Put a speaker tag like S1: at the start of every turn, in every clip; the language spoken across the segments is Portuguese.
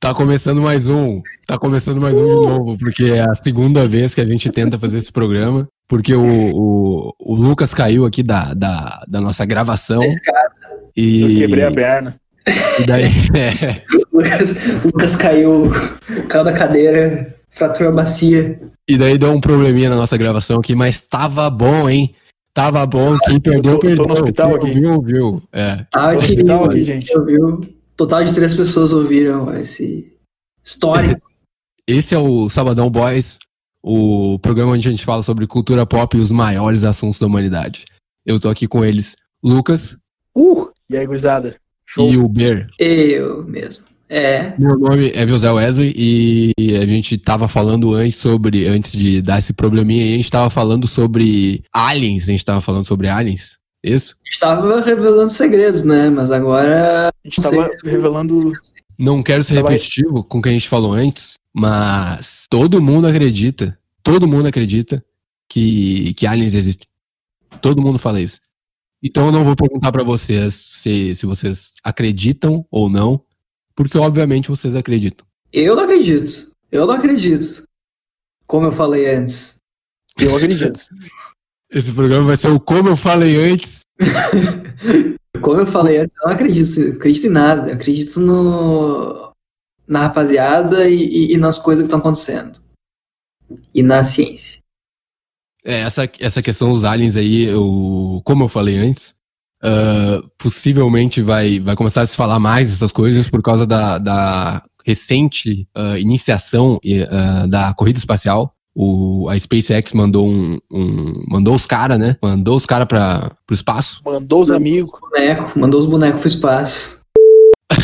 S1: Tá começando mais um. Tá começando mais um de novo, porque é a segunda vez que a gente tenta fazer esse programa. Porque o, o, o Lucas caiu aqui da, da, da nossa gravação.
S2: Então?
S1: E,
S2: Eu quebrei a perna.
S1: e daí. é,
S3: Lucas, Lucas caiu, caiu da cadeira, fraturou a bacia.
S1: e daí deu um probleminha na nossa gravação aqui, mas tava bom, hein? Tava bom. Quem perdeu,
S2: tô no
S1: perdeu.
S2: hospital
S1: Quem
S2: aqui.
S1: Ouviu, ouviu. É.
S3: Ah,
S2: Tô no
S3: que
S2: hospital aqui,
S3: lindo,
S2: gente.
S3: ouviu? Total de três pessoas ouviram esse histórico.
S1: Esse é o Sabadão Boys, o programa onde a gente fala sobre cultura pop e os maiores assuntos da humanidade. Eu tô aqui com eles, Lucas
S2: Uh! E aí, gurizada? Show.
S1: e o Ber.
S3: Eu mesmo. É.
S1: Meu nome é José Wesley e a gente tava falando antes sobre, antes de dar esse probleminha aí, a gente tava falando sobre aliens, a gente tava falando sobre aliens, é isso?
S3: Estava revelando segredos, né? Mas agora.
S2: A gente tava revelando.
S1: Não quero ser
S2: Tá bem.
S1: repetitivo com o que a gente falou antes, mas todo mundo acredita, todo mundo acredita que, que aliens existem. Todo mundo fala isso. Então eu não vou perguntar pra vocês se, se vocês acreditam ou não, porque obviamente vocês acreditam.
S3: Eu não acredito. Eu não acredito. Como eu falei antes.
S2: Eu acredito.
S1: Esse programa vai ser o Como Eu Falei Antes,
S3: Como eu falei antes, eu não acredito. Eu acredito em nada. Eu acredito no. Na rapaziada e, e- e nas coisas que estão acontecendo. E na ciência.
S1: É, essa, essa questão dos aliens aí, eu, como eu falei antes, ah, possivelmente vai, vai começar a se falar mais essas coisas por causa da, da recente ah, iniciação e, ah, da corrida espacial. O, a SpaceX mandou um, um- mandou os caras, né? Mandou os caras para o espaço.
S2: Mandou os amigos.
S3: Boneco, mandou os bonecos pro espaço.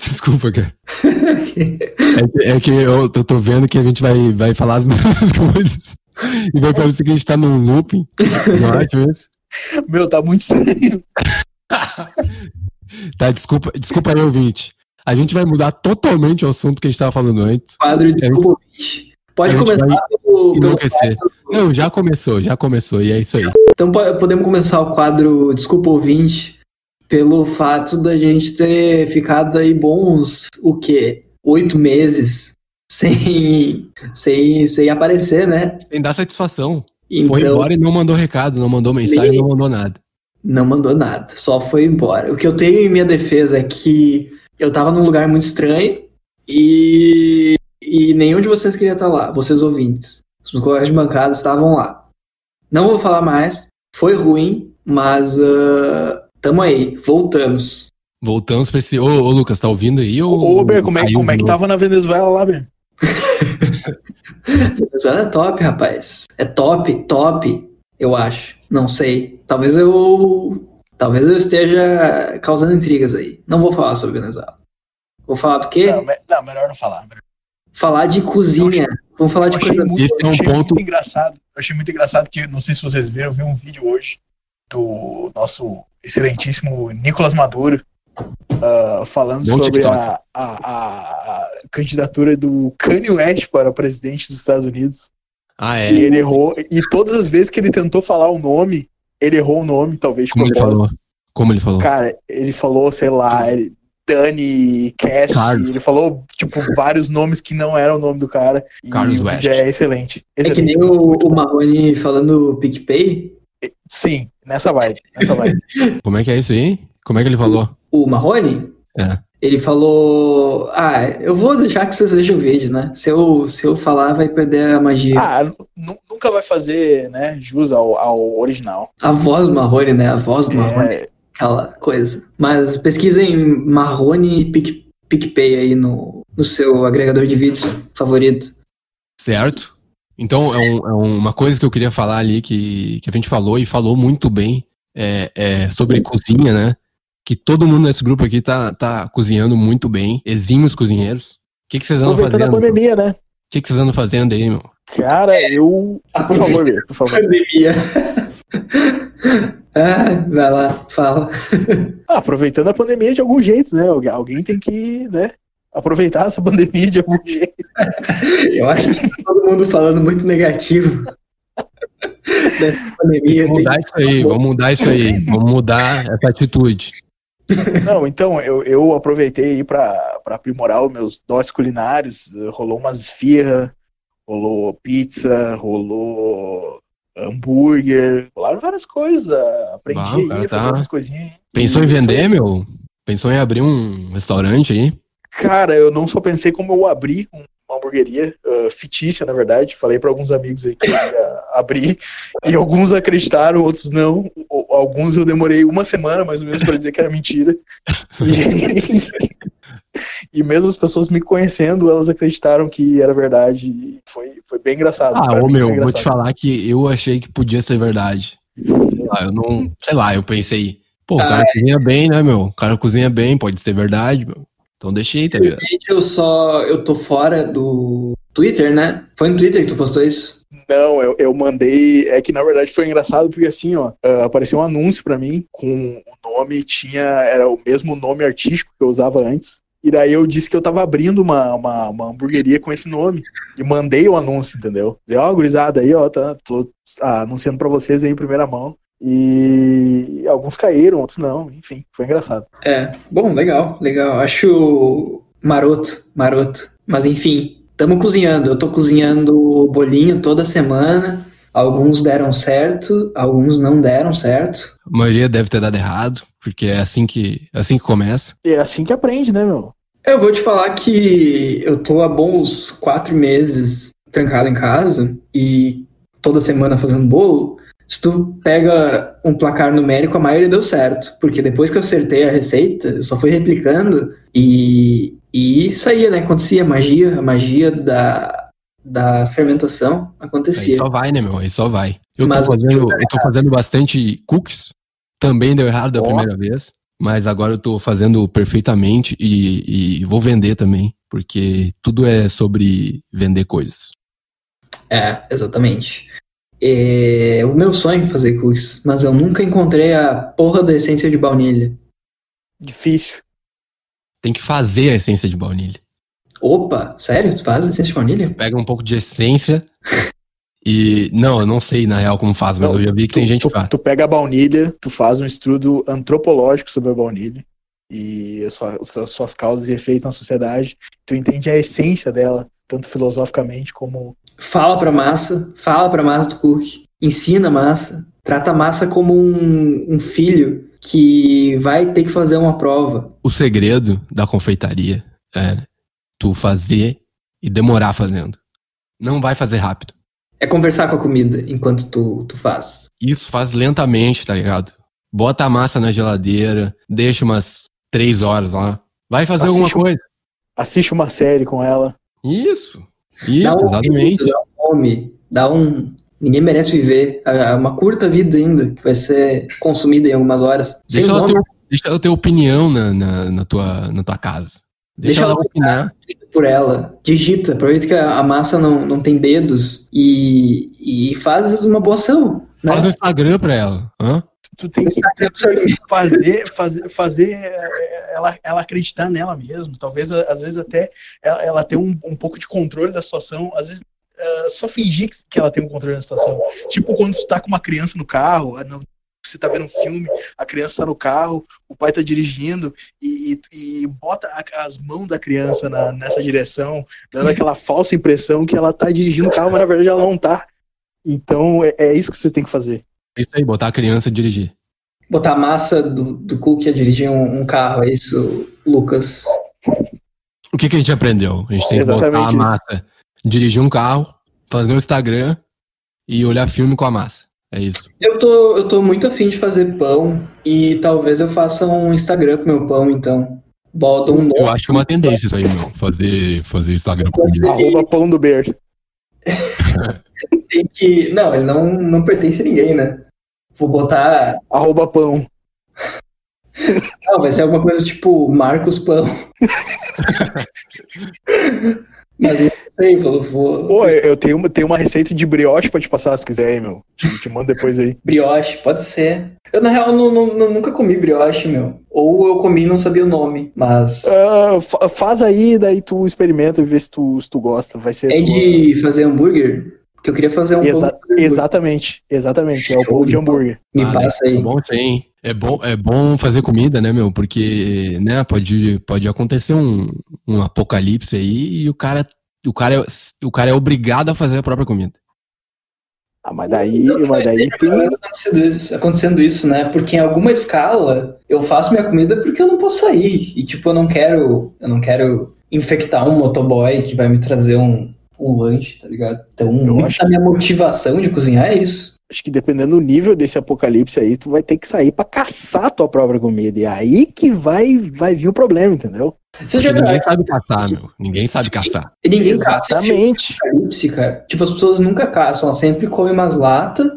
S1: Desculpa, cara. É que, é que eu, eu tô vendo que a gente vai, vai falar as mesmas coisas. E vai parecer que a gente tá num looping. Não é, tipo isso?
S2: Meu, tá muito estranho.
S1: Tá, desculpa, desculpa aí, ouvinte. A gente vai mudar totalmente o assunto que a gente tava falando antes.
S3: quadro de
S1: A gente-
S3: Popovich. Pode
S1: É a gente
S3: começar pelo, pelo
S1: enlouquecer.
S3: quadro-
S1: Não, já começou, já começou, e é isso aí.
S3: Então po- podemos começar o quadro Desculpa Ouvinte pelo fato da gente ter ficado aí bons, o quê? Oito meses sem, sem, sem aparecer, né?
S1: Sem dar satisfação.
S3: Então
S1: Foi embora e não mandou recado, não mandou mensagem,
S3: Bem-
S1: não mandou nada.
S3: não mandou nada, só foi embora. O que eu tenho em minha defesa é que eu tava num lugar muito estranho e, e nenhum de vocês queria estar lá, vocês ouvintes. Os meus colegas de bancada estavam lá. Não vou falar mais, foi ruim, mas ah, tamo aí, voltamos.
S1: Voltamos pra esse. Ô, ô Lucas, tá ouvindo aí? Ou...
S2: Ô, Ber, como é,
S1: caiu
S2: como é
S1: de
S2: que
S1: novo?
S2: tava na Venezuela lá, Ber?
S3: Venezuela é top, rapaz. É top, top, eu acho. Não sei. Talvez eu. Talvez eu esteja causando intrigas aí. Não vou falar sobre Venezuela. Vou falar
S1: É.
S3: do quê?
S2: Não, me- não, melhor não falar. Ber.
S3: Falar de cozinha. Vamos falar
S2: Eu
S3: de
S2: achei
S3: coisa.
S2: muito,
S1: Esse é um
S2: achei
S1: ponto-
S2: muito engraçado. Eu achei muito engraçado que, não sei se vocês viram, eu vi um vídeo hoje do nosso excelentíssimo Nicolas Maduro ah, falando
S1: Bom
S2: sobre
S1: TikTok.
S2: a, a- a- a candidatura do Kanye West para presidente dos Estados Unidos.
S1: Ah,
S2: tá? E
S1: é.
S2: ele errou. E todas as vezes que ele tentou falar o nome, ele errou o nome, talvez de
S1: Como ele
S2: propósito.
S1: falou? Como ele falou?
S2: Cara, ele falou, sei lá, ele, Dani, Cass,
S1: Carlos.
S2: ele falou, tipo, vários nomes que não eram o nome do cara. E
S1: Carlos
S2: o
S1: West.
S2: vídeo é excelente.
S3: É que
S2: excelente.
S3: nem o, o Marrone falando PicPay.
S2: Sim, nessa vibe, nessa vibe.
S1: Como é que é isso aí? Como é que ele falou?
S3: O Marrone,
S1: É.
S3: ele falou. Ah, eu vou deixar que vocês vejam o vídeo, né? Se eu, se eu falar, vai perder a magia.
S2: ah, nu- nunca vai fazer, né, jus ao, ao original.
S3: A voz do Marrone, né? A voz do Marrone,
S2: É,
S3: aquela coisa. Mas pesquisem Marrone e Pic, PicPay aí no, no seu agregador de vídeos favorito.
S1: Certo? Então, é, um- é uma coisa que eu queria falar ali que, que a gente falou e falou muito bem é, é sobre cozinha, né? Que todo mundo nesse grupo aqui tá, tá cozinhando muito bem, exímios cozinheiros. O que, que vocês andam
S2: aproveitando a
S1: fazendo? O
S2: pandemia, né?
S1: que, que vocês andam fazendo aí, meu?
S2: Cara, eu. Ah,
S1: Tá.
S2: Por favor, Bia, por favor.
S3: pandemia. ah, vai lá, fala.
S2: Ah, aproveitando a pandemia de algum jeito, né? Algu- Alguém tem que, né? Aproveitar essa pandemia de algum jeito.
S3: Eu acho que tá todo mundo falando muito negativo. Dessa pandemia.
S1: Vamos mudar isso aí, vamos mudar isso aí, vamos mudar essa atitude.
S2: Não, então, eu, eu aproveitei aí pra, pra aprimorar os meus dotes culinários. Rolou umas esfirra, rolou pizza, rolou hambúrguer, rolaram várias coisas.
S1: Bah,
S2: Aprendi
S1: o
S2: aí,
S1: cara
S2: a
S1: tá-
S2: fazer umas coisinhas.
S1: Pensou em
S2: E-
S1: vender, meu? Pensou em abrir um restaurante aí?
S2: Cara, eu não só pensei como eu abri um- uma hamburgueria ah, fictícia, na verdade. Falei para alguns amigos aí que eu ia abrir. E alguns acreditaram, outros não. O- Alguns eu demorei uma semana, mais ou menos, para dizer que era mentira. E, e mesmo as pessoas me conhecendo, elas acreditaram que era verdade. E foi, foi bem engraçado.
S1: Ah,
S2: Pra
S1: ô
S2: mim
S1: meu,
S2: foi
S1: vou te
S2: engraçado.
S1: falar que eu achei que podia ser verdade. Sei lá, eu não. Sei lá, eu pensei, pô, o
S3: Ah, é.
S1: cara cozinha bem, né, meu? O cara cozinha bem, pode ser verdade, meu. Então deixei, tá ligado?
S3: Gente, eu só. Eu tô fora do Twitter, né? Foi no Twitter que tu postou isso?
S2: Não, eu, eu mandei. É que na verdade foi engraçado porque assim, ó, ah, apareceu um anúncio pra mim com o nome, tinha. Era o mesmo nome artístico que eu usava antes. E daí eu disse que eu tava abrindo uma, uma, uma hamburgueria com esse nome. E mandei o anúncio, entendeu? Dizer, ó, gurizada aí, ó, tá, tô ah, anunciando pra vocês aí em primeira mão. E alguns caíram, outros não. Enfim, foi engraçado.
S3: É. Bom, legal, legal. Acho maroto, maroto. Mas enfim, tamo cozinhando. Eu tô cozinhando bolinho toda semana. Alguns deram certo, alguns não deram certo.
S1: A maioria deve ter dado errado, porque é assim que, é assim que começa.
S2: E é assim que aprende, né, meu?
S3: Eu vou te falar que eu tô há bons quatro meses trancado em casa e toda semana fazendo bolo. Se tu pega um placar numérico, a maioria deu certo. Porque depois que eu acertei a receita, eu só fui replicando e, e saía, né? Acontecia a magia, a magia da, da fermentação
S1: Aí
S3: acontecia.
S1: só vai, né, meu? Aí só vai. Eu tô,
S3: Mas o
S1: fazendo,
S3: jogo deu
S1: eu tô fazendo bastante cookies. Também deu errado da
S2: Ó.
S1: primeira vez. Mas agora eu tô fazendo perfeitamente e, e vou vender também. Porque tudo é sobre vender coisas.
S3: É, exatamente. É, o meu sonho é fazer cookies, mas eu nunca encontrei a porra da essência de baunilha.
S2: Difícil.
S1: Tem que fazer a essência de baunilha.
S3: Opa, sério? Tu faz essência de baunilha?
S1: Pega um pouco de essência e. Não, eu não sei na real como faz, mas
S2: Não,
S1: eu já vi que tem gente
S2: tu,
S1: que faz.
S2: tu pega a baunilha, tu faz um estudo antropológico sobre a baunilha e a sua- sua- suas causas e efeitos na sociedade. Tu entende a essência dela, tanto filosoficamente como.
S3: Fala pra massa, fala pra massa do cookie, ensina a massa, trata a massa como um, um filho que vai ter que fazer uma prova.
S1: O segredo da confeitaria é tu fazer e demorar fazendo. Não vai fazer rápido.
S3: É conversar com a comida enquanto tu, tu faz.
S1: Isso faz lentamente, tá ligado? Bota a massa na geladeira, deixa umas três horas lá. Vai fazer
S2: Assiste
S1: alguma
S2: um-
S1: coisa.
S2: Assiste uma série com ela.
S1: Isso. Isso,
S3: dá um
S1: exatamente.
S3: dá um fome, dá um. Ninguém merece viver. É Uma curta vida ainda, que vai ser consumida em algumas horas. Sem
S1: Deixa ela,
S3: nome
S1: ter, um deixa ela ter opinião na, na, na tua, na tua casa. Deixa,
S3: Deixa
S1: ela
S3: ela
S1: opinar.
S3: por ela. Digita, aproveita que a a massa não, não tem dedos e, e faz uma boa ação. Né?
S1: Faz um né? no Instagram pra ela. Hã?
S2: Tu tem que, tem que fazer, fazer, fazer eh, ela, ela acreditar nela mesmo. Talvez, a- às vezes, até ela, ela ter um, um pouco de controle da situação. Às vezes, eh, só fingir que- que ela tem um controle da situação. Tipo quando tu tá com uma criança no carro, ah, não, você tá vendo um filme, a criança tá no carro, o pai tá dirigindo e, e- e bota a- as mãos da criança na- nessa direção, dando aquela falsa impressão que ela tá dirigindo o carro, mas na verdade ela não tá. Então, é, é isso que você tem que fazer.
S1: É Isso aí, botar a criança a dirigir.
S3: Botar a massa do, do Cook a dirigir um, um carro, é isso, Lucas?
S1: O que, que a gente aprendeu? A gente tem que
S2: Exatamente
S1: botar a
S2: isso.
S1: massa, dirigir um carro, fazer o Instagram e olhar filme com a massa. É isso.
S3: Eu tô, eu tô muito afim de fazer pão e talvez eu faça um Instagram com meu pão, então. Bota um
S1: Eu
S3: nome.
S1: acho que é uma tendência isso aí, meu. Fazer, fazer Instagram com comida.
S2: Arroba pão do Bert.
S3: Tem que. Não, ele não, não pertence a ninguém, né? Vou botar.
S2: Arroba pão.
S3: Não, vai ser alguma coisa tipo Marcos Pão. Mas eu não sei, vou. vou...
S2: Pô, eu eu tenho uma, tenho uma receita de brioche pra te passar se quiser, hein, meu. Te, te mando depois aí.
S3: Brioche, pode ser. Eu, na real, não, não- não- nunca comi brioche, meu. Ou eu comi e não sabia o nome, mas.
S2: Ah, fa- faz aí, daí tu experimenta e vê se tu, se tu gosta. Vai ser.
S3: É
S2: tua-
S3: de fazer hambúrguer? Porque eu queria fazer um
S2: né? Exa-
S3: pão de hambúrguer.
S2: exatamente, exatamente. É o pão de hambúrguer.
S3: Me
S1: Ah,
S3: passa aí.
S1: É bom sim. É bom, é bom fazer comida, né, meu? Porque, né, pode, pode acontecer um, um apocalipse aí e o cara, o, cara é, o cara é obrigado a fazer a própria comida.
S2: Ah, mas daí, mas daí tem.
S3: acontecendo isso, acontecendo isso, né? Porque em alguma escala eu faço minha comida porque eu não posso sair. E tipo, eu não quero. Eu não quero infectar um motoboy que vai me trazer um, um lanche, tá ligado? Então, muito
S2: acho
S3: da minha motivação de cozinhar é isso.
S2: Acho que dependendo do nível desse apocalipse aí, tu vai ter que sair pra caçar a tua própria comida. E aí que vai, vai vir o problema, entendeu?
S3: Você
S1: Porque
S3: já
S1: ninguém sabe caçar, meu. Ninguém sabe caçar.
S3: E ninguém caça, tipo,
S2: Exatamente.
S3: apocalipse, cara. Tipo, as pessoas nunca caçam, elas sempre comem umas latas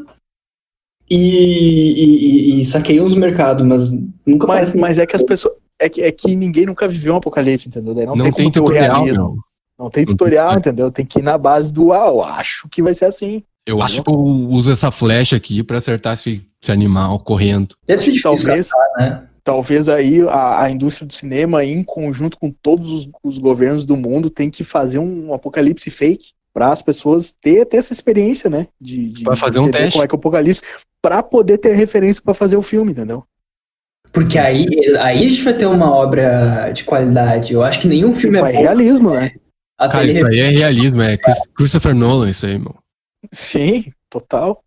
S3: e, e, e, e saqueiam os mercados, mas nunca
S2: Mas,
S3: parece-
S2: mas é que as pessoas. É que, é que ninguém nunca viveu um apocalipse, entendeu? Daí não,
S1: Não,
S2: tem,
S1: tem
S2: como ter o
S1: tutorial,
S2: realismo.
S1: meu.
S2: Não tem
S1: tem
S2: tutorial,
S1: tutorial.
S2: entendeu? Tem que ir na base do ah, eu acho que vai ser assim.
S1: Eu acho que eu uso essa flecha aqui pra acertar esse, esse animal correndo.
S3: Deve ser difícil,
S2: Talvez,
S3: caçar, né?
S2: talvez aí a, a indústria do cinema, em conjunto com todos os, os governos do mundo, tem que fazer um apocalipse fake para as pessoas ter, ter essa experiência, né? De, de
S1: Pra fazer um
S2: entender
S1: teste.
S2: como é que é o apocalipse, para poder ter referência para fazer o filme, entendeu?
S3: Porque aí, aí a gente vai ter uma obra de qualidade. Eu acho que nenhum filme
S2: Mas
S3: é
S2: é
S3: bom
S2: realismo, né?
S3: até
S1: Cara,
S3: ele
S1: isso aí é realismo, é Chris- Christopher Nolan, isso aí, meu.
S2: Sim, total.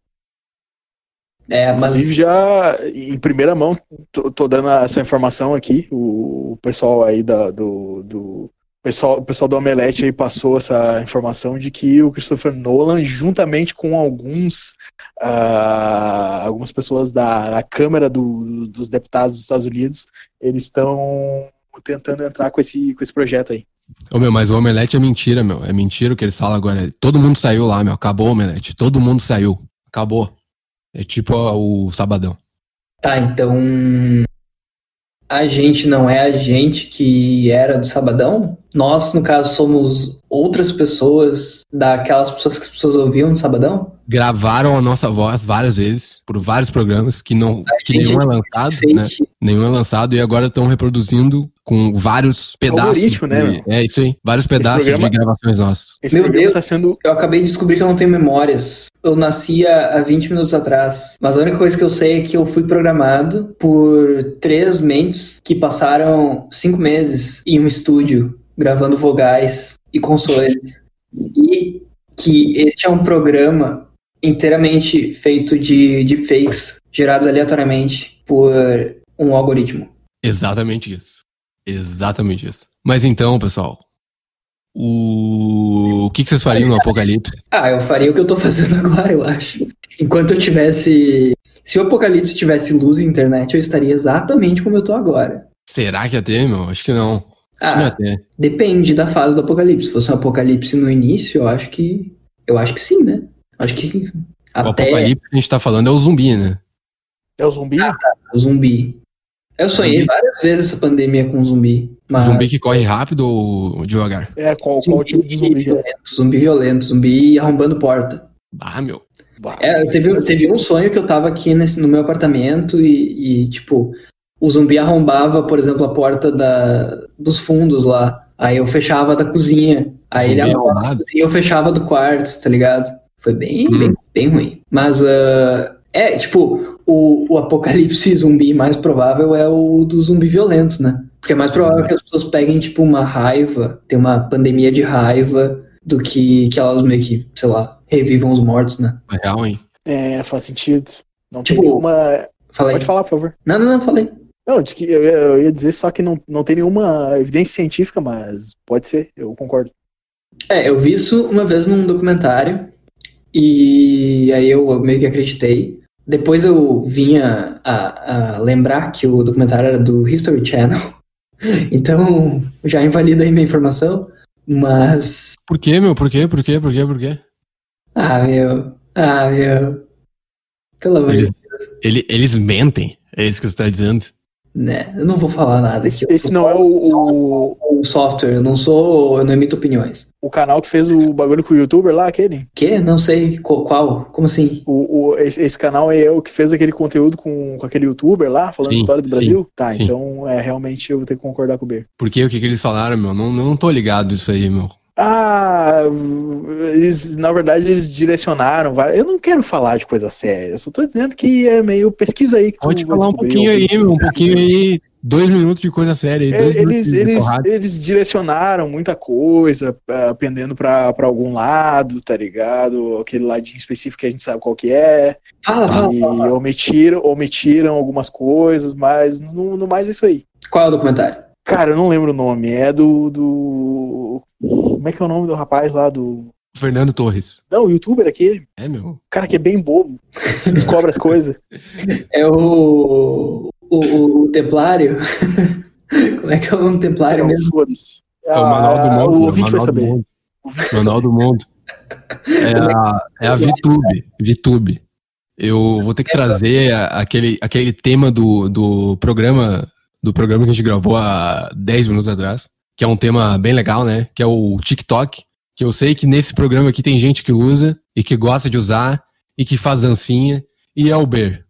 S3: É, mas
S2: Inclusive, já em primeira mão, tô, tô dando essa informação aqui. O, o pessoal aí da, do. do o pessoal, o pessoal do Omelete aí passou essa informação de que o Christopher Nolan, juntamente com alguns ah, algumas pessoas da, da Câmara do- dos Deputados dos Estados Unidos, eles estão tentando entrar com esse, com esse projeto aí.
S1: Ô, meu, mas o omelete é mentira, meu. É mentira o que eles falam agora. Todo mundo saiu lá, meu. Acabou o omelete. Todo mundo saiu. Acabou. É tipo ó, o sabadão.
S3: tá, então. A gente não é a gente que era do Sabadão? Nós, no caso, somos outras pessoas daquelas pessoas que as pessoas ouviam no Sabadão?
S1: Gravaram a nossa voz várias vezes, por vários programas, que, não, que
S3: gente
S1: nenhum é
S3: é
S1: lançado,
S3: Fake.
S1: né? Nenhum é lançado e agora estão reproduzindo com vários pedaços.
S2: Algoritmo, né,
S1: de- É isso aí. Vários pedaços
S2: programa-
S1: de gravações nossas.
S2: Esse
S3: Meu
S2: programa
S3: Deus.
S2: está sendo.
S3: Eu acabei de descobrir que eu não tenho memórias. Eu nasci há há 20 minutos atrás. Mas a única coisa que eu sei é que eu fui programado por três mentes que passaram cinco meses em um estúdio gravando vogais e consoantes. E que este é um programa inteiramente feito de, de fakes gerados aleatoriamente por um algoritmo.
S1: Exatamente isso. Exatamente isso. Mas então, pessoal, o, o que, que vocês fariam no apocalipse?
S3: Ah, eu faria o que eu tô fazendo agora, eu acho. Enquanto eu tivesse. Se o apocalipse tivesse luz e internet, eu estaria exatamente como eu tô agora.
S1: Será que ia ter, meu? Acho que não. Acho que não ia
S3: Ah,
S1: ter.
S3: depende da fase do apocalipse. Se fosse um apocalipse no início, eu acho que. Eu acho que sim, né? Acho que
S1: O
S3: Ah, até
S1: apocalipse que a gente tá falando é o zumbi, né?
S2: É o zumbi?
S3: o um zumbi. Eu sonhei
S1: Zumbi.
S3: várias vezes essa pandemia com um zumbi. Mas
S1: Zumbi que corre rápido ou devagar?
S2: É, qual, qual o tipo de zumbi? é?
S3: violento, zumbi violento, zumbi arrombando porta.
S1: Ah, meu.
S2: Bah,
S3: É, teve, teve um sonho que eu tava aqui nesse, no meu apartamento e, e, tipo, o zumbi arrombava, por exemplo, a porta da, dos fundos lá. Aí eu fechava a da cozinha. Aí ele é um
S1: zumbi é
S3: arrombava
S1: arrombado.
S3: e eu fechava do quarto, tá ligado? Foi bem,
S1: Hum.
S3: bem, bem ruim. Mas, ah, é, tipo, o, o apocalipse zumbi mais provável é o do zumbi violento, né? Porque é mais provável que as pessoas peguem, tipo, uma raiva, tem uma pandemia de raiva, do que, que elas meio que, sei lá, revivam os mortos, né?
S1: É real, hein?
S2: É, faz sentido. Não
S3: Tipo,
S2: tem nenhuma.
S3: Falei.
S2: Pode falar, por favor.
S3: Não, não, não, falei.
S2: Não, diz que eu, ia- eu ia dizer só que não, não tem nenhuma evidência científica, mas pode ser, eu concordo.
S3: É, eu vi isso uma vez num documentário e aí eu meio que acreditei. Depois eu vinha a, a lembrar que o documentário era do History Channel, então já invalida aí minha informação, mas.
S1: Por quê, meu? Por quê? Por quê? Por quê? Por quê?
S3: Ah, meu. Ah, meu. Pelo amor de
S1: Eles,
S3: Deus.
S1: ele- eles mentem. É isso que você tá dizendo.
S3: Né, eu não vou falar nada aqui.
S2: Esse,
S3: Eu
S2: esse não é o, o,
S3: sou um software, eu não sou. Eu não emito opiniões.
S2: o canal que fez o bagulho com o youtuber lá, aquele?
S3: Quê? Não sei. co- Qual? Como assim?
S2: O, o- esse, esse canal é o que fez aquele conteúdo com, com aquele youtuber lá, falando
S1: Sim,
S2: história do
S1: sim,
S2: Brasil? tá,
S1: sim.
S2: então é realmente eu vou ter que concordar com o B.
S1: Por quê? O que, que eles falaram, meu? Não, não tô ligado isso aí, meu.
S2: Ah, eles, na verdade eles direcionaram. várias- Eu não quero falar de coisa séria, eu só tô dizendo que é meio pesquisa aí que tu
S1: Pode
S2: vai
S1: falar um
S2: descobrir, tipo
S1: pouquinho aí,
S2: ouvinte.
S1: meu, um pouquinho aí, dois minutos de coisa séria aí,
S2: É,
S1: dois minutos
S2: assim. eles,
S1: de
S2: eles,
S1: porrada.
S2: eles direcionaram muita coisa, ah, pendendo pra, pra algum lado, tá ligado? Aquele ladinho específico que a gente sabe qual que é.
S3: Fala, fala.
S2: E omitiram, omitiram algumas coisas, mas no, no mais é isso aí.
S3: Qual é o documentário?
S2: Cara, eu não lembro o nome. É do, do. Como é que é o nome do rapaz lá do.
S1: Fernando Torres.
S2: Não, o youtuber aquele. O
S1: É, meu.
S2: cara que é bem bobo. que Descobre as coisas.
S3: É o. O, o- o Templário? Como é que é o nome do Templário
S2: Não,
S3: mesmo?
S2: foda-se.
S1: É o Manual do
S2: Ah,
S1: Mundo.
S2: O
S1: né?
S2: ouvinte
S1: Manual
S2: vai
S1: do
S2: saber.
S1: Mundo.
S2: O ouvinte vai
S1: Manual do Mundo. É a, é a VTube. VTube. Eu vou ter que trazer a- aquele, aquele tema do, do programa do programa que a gente gravou há 10 minutos atrás, que é um tema bem legal, né? Que é o TikTok. Que eu sei que nesse programa aqui tem gente que usa e que gosta de usar e que faz dancinha. E é o Ber.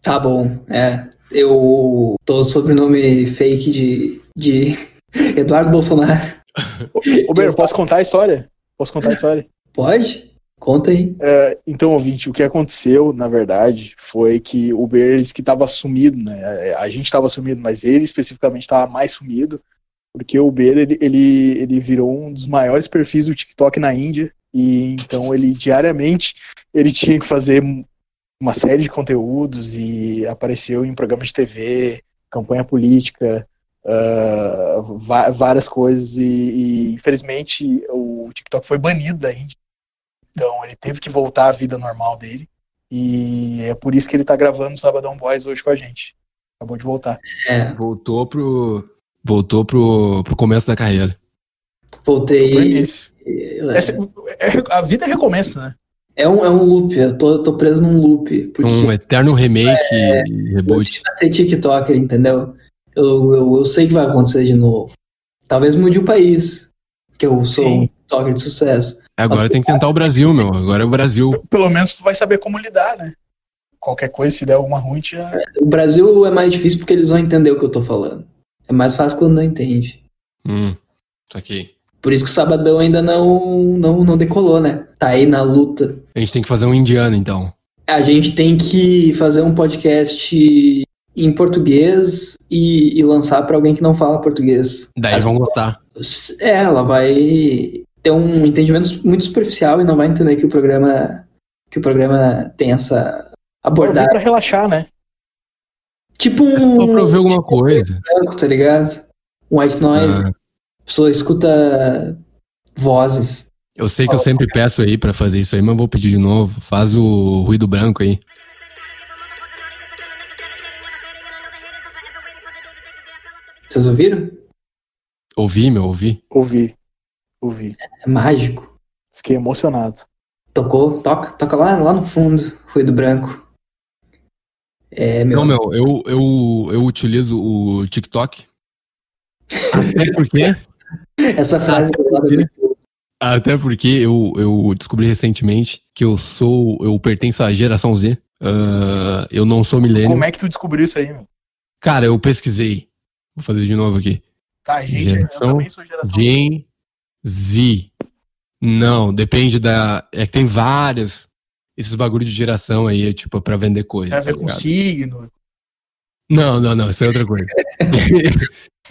S3: Tá bom, é. Eu tô sobrenome fake de, de Eduardo Bolsonaro.
S2: saber. Ô, Ber, posso contar a história? Posso contar a história?
S3: Pode? Conta aí.
S2: Então, ouvinte, o que aconteceu, na verdade, foi que o Bear disse que estava sumido, né? A gente estava sumido, mas ele especificamente estava mais sumido, porque o Bear, ele, ele, ele virou um dos maiores perfis do TikTok na Índia, e então ele diariamente, ele tinha que fazer um- uma série de conteúdos e apareceu em programas de TV, campanha política, ah, va- várias coisas, e, e infelizmente o TikTok foi banido da Índia. Então ele teve que voltar à vida normal dele. E é por isso que ele tá gravando o Sabadão Boys hoje com a gente. Acabou de voltar.
S3: É,
S1: Voltou pro. Voltou pro, pro começo da carreira.
S3: voltei.
S2: Por isso. Essa-
S3: É,
S2: é- a vida recomeça, né?
S3: um, é um loop, eu tô, tô preso num loop. Porque
S1: Um eterno remake e
S3: eu
S1: reboot.
S3: tinha ser TikToker, entendeu? Eu, eu, eu sei que vai acontecer de novo. Talvez mude o país, que eu sou
S2: Sim.
S3: um TikToker de sucesso.
S1: Agora tem que tentar o Brasil, meu. Agora é o Brasil.
S2: Pelo menos tu vai saber como lidar, né? Qualquer coisa, se der alguma ruim, já.
S3: O Brasil é mais difícil porque eles vão entender o que eu tô falando. É mais fácil quando não entende.
S1: Hum, saquei.
S3: Por isso que o Sabadão ainda não, não, não decolou, né? Tá aí na luta.
S1: A gente tem que fazer um indiano, então.
S3: A gente tem que fazer um podcast em português e, e lançar pra alguém que não fala português.
S1: Daí
S3: As-
S1: vão gostar.
S3: É, ela vai ter um entendimento muito superficial e não vai entender que o programa que o programa tem essa
S2: Bora vir
S3: abordagem.
S2: pra relaxar, né?
S3: Tipo
S1: É só pra eu ver
S3: um
S1: alguma coisa.
S3: branco, tá ligado? Um white noise.
S1: Ah,
S3: A pessoa escuta vozes.
S1: eu sei que eu sempre peço aí pra fazer isso aí, mas eu vou pedir de novo. Faz o ruído branco aí.
S3: Vocês ouviram?
S1: Ouvi, meu, ouvi.
S2: Ouvi. Ouvi.
S3: É mágico.
S2: Fiquei emocionado.
S3: Tocou, toca, toca lá, lá no fundo, ruído branco. É, meu.
S1: Não, meu, eu, eu, eu utilizo o TikTok. Até porque.
S3: Essa frase é né? do lado do
S1: Até porque eu, eu descobri recentemente que eu sou. Eu pertenço à geração Z. Ah, eu não sou milênio.
S2: Como é que tu descobriu isso aí, meu?
S1: Cara, eu pesquisei. Vou fazer de novo aqui.
S2: Tá, gente,
S1: Geração
S2: eu também sou geração.
S1: Gen Z. Não, depende da. É que tem várias. Esses bagulho de geração aí, é tipo, pra vender coisa.
S2: Tem a ver
S1: tá
S2: com
S1: ligado?
S2: signo.
S1: Não, não, não, isso é outra coisa.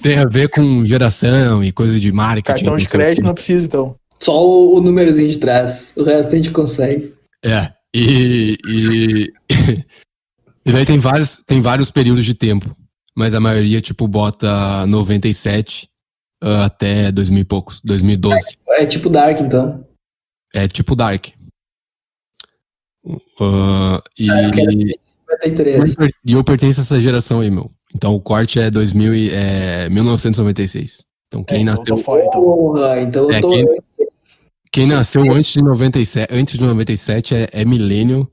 S1: tem a ver com geração e coisa de marketing.
S2: Cartão de
S1: não sei o
S2: crédito
S1: quê.
S2: não precisa, então.
S3: Só o, o númerozinho de trás. O resto a gente consegue.
S1: É, e, e, e daí tem vários, tem vários períodos de tempo, mas a maioria, tipo, bota 97 ah, até 2000 e poucos, 2012.
S3: É tipo Dark, então.
S1: É tipo Dark. Ah, e,
S2: É,
S3: Vai ter
S1: eu
S3: interesse.
S1: per- e eu pertenço a essa geração aí, meu. Então o corte é, 2000 e, é 1996. Então quem
S2: É, então
S1: nasceu
S2: tô fora, então.
S3: Porra, então
S1: É,
S3: eu tô.
S1: Quem nasceu antes de 97, antes de 97 é, é milênio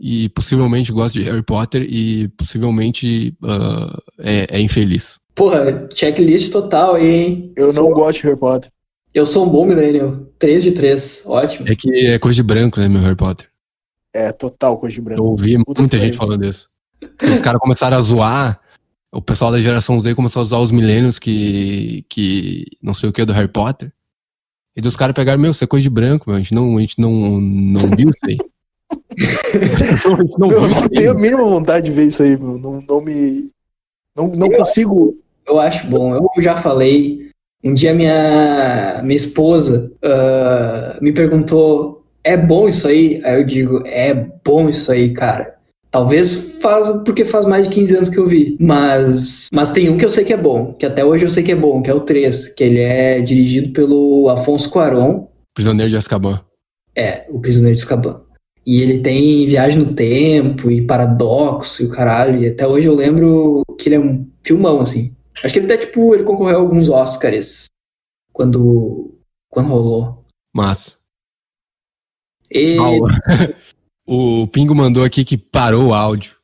S1: e possivelmente gosta de Harry Potter e possivelmente ah, é, é infeliz.
S3: Porra, checklist total aí, hein?
S2: Eu não
S3: Sou-
S2: gosto de Harry Potter.
S3: eu sou um bom millennial. 3 de 3. Ótimo.
S1: É que é coisa de branco, né, meu Harry Potter?
S2: É total coisa de branco.
S1: Eu ouvi
S2: Puta
S1: muita
S2: que
S1: gente
S2: pariu.
S1: falando isso. Os caras começaram a zoar, o pessoal da geração Z começou a zoar os milênios que, que não sei o que é do Harry Potter. E dos caras pegaram, meu, isso é coisa de branco, meu. A gente não, a gente não, não viu isso aí.
S2: não, a gente não
S1: viu
S2: eu
S1: isso
S2: não
S1: aí,
S2: tenho a
S1: meu.
S2: mínima vontade de ver isso aí, meu. Não, não me. Não, não
S3: Eu-
S2: consigo.
S3: Eu acho bom, eu já falei. Um dia minha, minha esposa ah, me perguntou: é bom isso aí? Aí eu digo: é bom isso aí, cara. Talvez faz, porque faz mais de 15 anos que eu vi. Mas, mas tem um que eu sei que é bom, que até hoje eu sei que é bom, que é o 3, que ele é dirigido pelo Afonso Cuaron,
S1: Prisioneiro de Azkaban.
S3: é, o Prisioneiro de Azkaban. E ele tem Viagem no Tempo e Paradoxo e o caralho. E até hoje eu lembro que ele é um filmão, assim. Acho que ele até, tipo, ele concorreu a alguns Oscars quando, quando rolou.
S1: Mas.
S3: E
S1: Tá o Pingo mandou aqui que parou o áudio.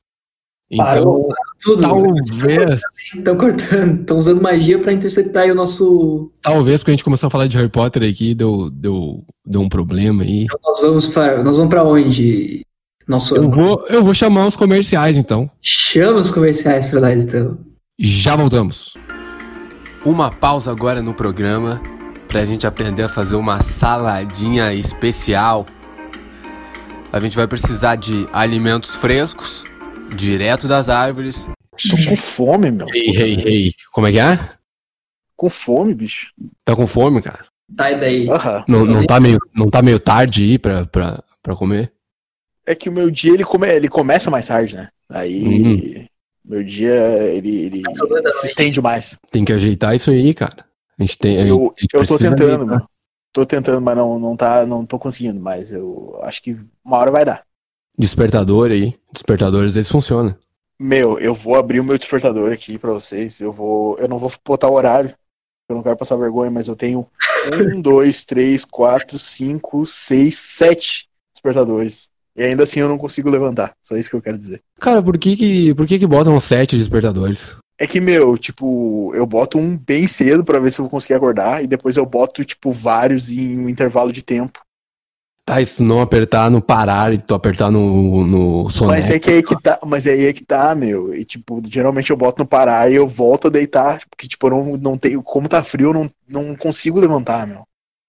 S1: Então,
S3: parou tudo. né?
S1: talvez,
S3: Estão cortando, estão usando magia pra interceptar aí o nosso.
S1: talvez quando a gente começou a falar de Harry Potter aqui, deu, deu, deu um problema aí.
S3: Nós vamos para, nós vamos pra onde? Nosso
S1: Eu vou, eu vou chamar os comerciais então.
S3: chama os comerciais pra lá, então.
S1: Já voltamos. Uma pausa agora no programa pra gente aprender a fazer uma saladinha especial. A gente vai precisar de alimentos frescos, direto das árvores.
S2: Tô com fome, meu.
S1: Ei, ei, ei. Como é que é?
S2: Com fome, bicho.
S1: Tá com fome, cara?
S3: Tá, e daí?
S2: Aham.
S1: Não, não, tá, meio, não tá meio tarde aí pra, pra, pra comer?
S2: É que o meu dia ele, come, ele começa mais tarde, né? Aí.
S1: Uhum.
S2: Meu dia ele, ele se estende mais.
S1: Tem que ajeitar isso aí, cara. A gente tem. a gente-
S2: Eu,
S1: a gente
S2: eu tô
S1: precisa né?
S2: tentando,
S1: ajeitar.
S2: mano. Tô tentando, mas não, não, tá, não tô conseguindo. Mas eu acho que uma hora vai dar.
S1: Despertador aí. Despertador às vezes funciona.
S2: Meu, eu vou abrir o meu despertador aqui pra vocês. Eu vou. Eu não vou botar o horário. Eu não quero passar vergonha, mas eu tenho um, dois, três, quatro, cinco, seis, sete despertadores. E ainda assim eu não consigo levantar. Só isso que eu quero dizer.
S1: Cara, por que que, por que, que botam sete despertadores?
S2: É que, meu, tipo, eu boto um bem cedo pra ver se eu vou conseguir acordar, e depois eu boto, tipo, vários em um intervalo de tempo.
S1: Tá, e se tu não apertar no parar e tu apertar no, no soneca.
S2: Mas é que aí que tá, mas aí é que tá, meu. E, tipo, geralmente eu boto no parar e eu volto a deitar, porque, tipo, eu não, não tenho. Como tá frio, eu não, não consigo levantar, meu.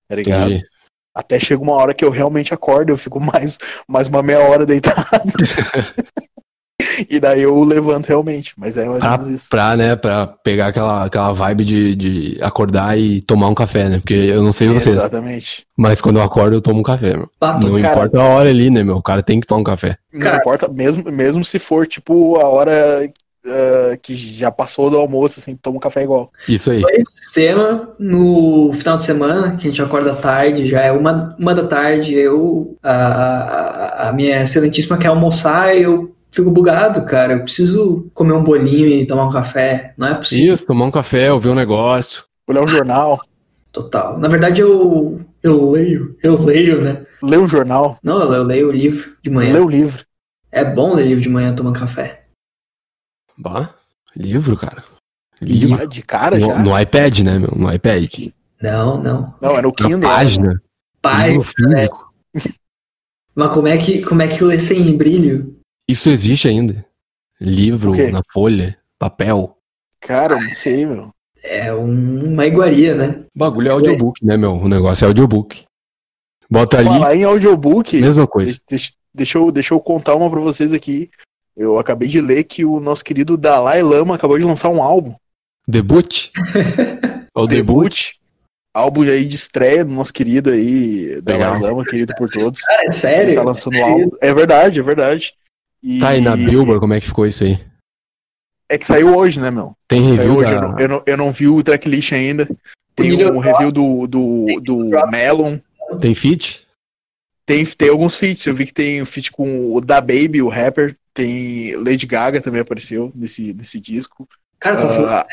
S2: Tá ligado?
S1: Entendi.
S2: Até chega uma hora que eu realmente acordo, eu fico mais, mais uma meia hora deitado. e daí eu levanto realmente, mas é mais ou
S1: Pra,
S2: menos isso.
S1: pra, né, pra pegar aquela, aquela vibe de, de acordar e tomar um café, né? Porque eu não sei vocês,
S2: Exatamente.
S1: mas quando eu acordo eu tomo um café, meu.
S3: Bato
S1: Não
S2: Ah, cara.
S1: importa a hora ali, né, meu? O cara tem que tomar um café.
S2: Não
S3: Cara-
S2: importa, mesmo, mesmo se for, tipo, a hora ah, que já passou do almoço, assim, toma um café igual.
S1: Isso aí.
S3: Banho do sistema no final de semana, que a gente acorda tarde, já é uma, uma da tarde, eu, a, a- a minha excelentíssima quer almoçar, eu fico bugado, cara, eu preciso comer um bolinho e tomar um café, não é possível,
S1: Isso, tomar um café, ouvir um negócio.
S2: Olhar um jornal,
S3: total. Na verdade, eu, eu leio, eu leio, né?
S2: ler um jornal,
S3: Não, eu, eu leio o livro de manhã.
S2: ler um livro.
S3: É bom ler livro de manhã, tomar café.
S1: Bah, livro, cara. Livro.
S2: Ah, de cara já?
S1: No,
S2: Não,
S1: no iPad, né, meu? No iPad.
S3: Não, não.
S2: era o
S1: Na
S2: Kindle.
S1: página.
S3: Pai,
S1: livro físico.
S3: mas como é que, como é que lê sem brilho?
S1: Isso existe ainda. Livro
S2: O quê?
S1: na folha, papel.
S2: Cara, eu não sei, meu.
S3: É um- uma iguaria, né?
S1: Bagulho é audiobook, né, meu? O negócio é audiobook. Bota Tá ali,
S2: Falar em audiobook,
S1: mesma coisa.
S2: deixa, deixa- deixa eu, deixa eu contar uma pra vocês aqui. Eu acabei de ler que o nosso querido Dalai Lama acabou de lançar um álbum.
S1: Debut? É o debut?
S2: Álbum aí de estreia do nosso querido aí, Dalai
S1: Legal.
S2: Lama, querido por todos.
S3: Cara, é sério?
S2: Ele tá lançando um álbum. É verdade, é verdade. E-
S1: Tá aí na Billboard, como é que ficou isso aí?
S2: É que saiu hoje, né, meu?
S1: Tem review
S2: Saiu hoje. Eu, não,
S1: da...
S2: eu, não, eu não vi o tracklist ainda. Tem
S3: Needle
S2: um review do, do, do Melon.
S1: Tem feat?
S2: Tem, tem alguns feats. Eu vi que tem o feat com o Da Baby, o rapper. Tem Lady Gaga também apareceu nesse, nesse disco.
S3: Cara, tu tá falando
S2: Ah,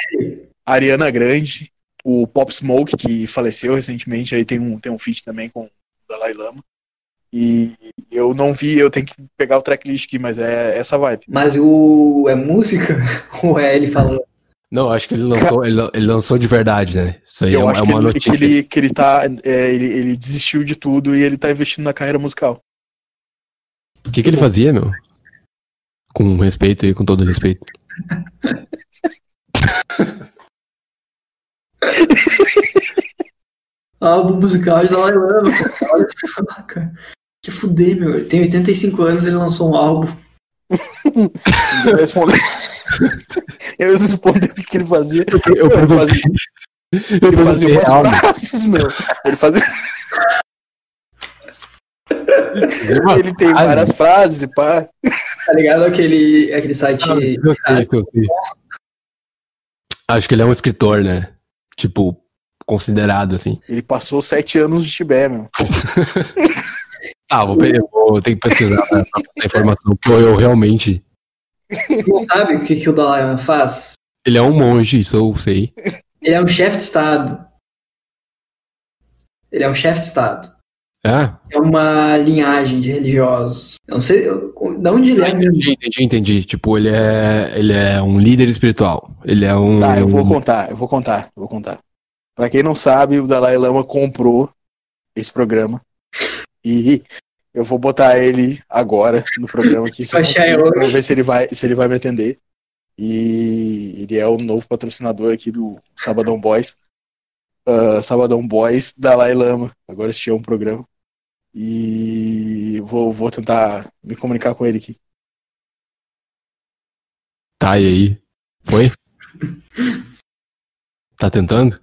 S2: Ariana Grande. O Pop Smoke, que faleceu recentemente, aí tem um, tem um feat também com o Dalai Lama. E eu não vi, eu tenho que pegar o tracklist aqui, mas é essa vibe.
S3: Mas o é música? Ou é ele falando?
S1: Não, acho que ele lançou, ele, lan- ele lançou de verdade, né? Isso aí é,
S2: eu
S1: uma-
S2: acho
S1: é
S2: que,
S1: uma
S2: ele, que,
S1: notícia.
S2: ele, que ele tá. é, ele, ele desistiu de tudo e ele tá investindo na carreira musical.
S1: O que, que ele fazia, meu? Com respeito aí, com todo respeito.
S3: álbum musical de Dalai Lama. cara. Olha só, cara. Que fuder, meu. Ele tem 85 anos, ele lançou um álbum.
S2: Eu respondi. Eu respondi o que que ele fazia.
S1: Eu
S2: ele
S1: perguntei-
S2: fazia,
S1: eu
S2: ele fazia
S1: perguntei
S2: umas
S1: álbum.
S2: frases, meu. Ele fazia.
S1: Ah,
S2: Ele tem
S1: frase.
S2: várias frases, e pá.
S3: Tá ligado? Aquele, aquele site.
S1: Ah, eu sei, eu sei. Acho que ele é um escritor, né? Tipo, considerado assim.
S2: Ele passou sete anos no Tibete, meu.
S1: Ah, vou, pe- eu vou ter que pesquisar pra- pra essa informação, que eu, eu realmente.
S3: Não sabe o que, que o Dalai Lama faz?
S1: Ele é um monge, isso eu sei.
S3: Ele é um chefe de Estado. Ele é um chefe de Estado.
S1: Ah,
S3: É uma linhagem de religiosos. Eu não sei eu, da onde ele é. mesmo.
S1: entendi, entendi, entendi. Tipo, ele é, ele é um líder espiritual. Ele é um.
S2: Tá, eu vou contar, eu vou contar, eu vou contar. Pra quem não sabe, o Dalai Lama comprou esse programa. E eu vou botar ele agora no programa aqui. Se eu
S3: Vai achar
S2: conseguir,
S3: eu.
S2: Vamos ver se ele, vai, se ele vai me atender. E ele é o novo patrocinador aqui do Sabadão Boys. Ah, Sabadão Boys, Dalai Lama. Agora este é um programa. E vou, vou tentar me comunicar com ele aqui.
S1: Tá, e aí? Foi? tá tentando?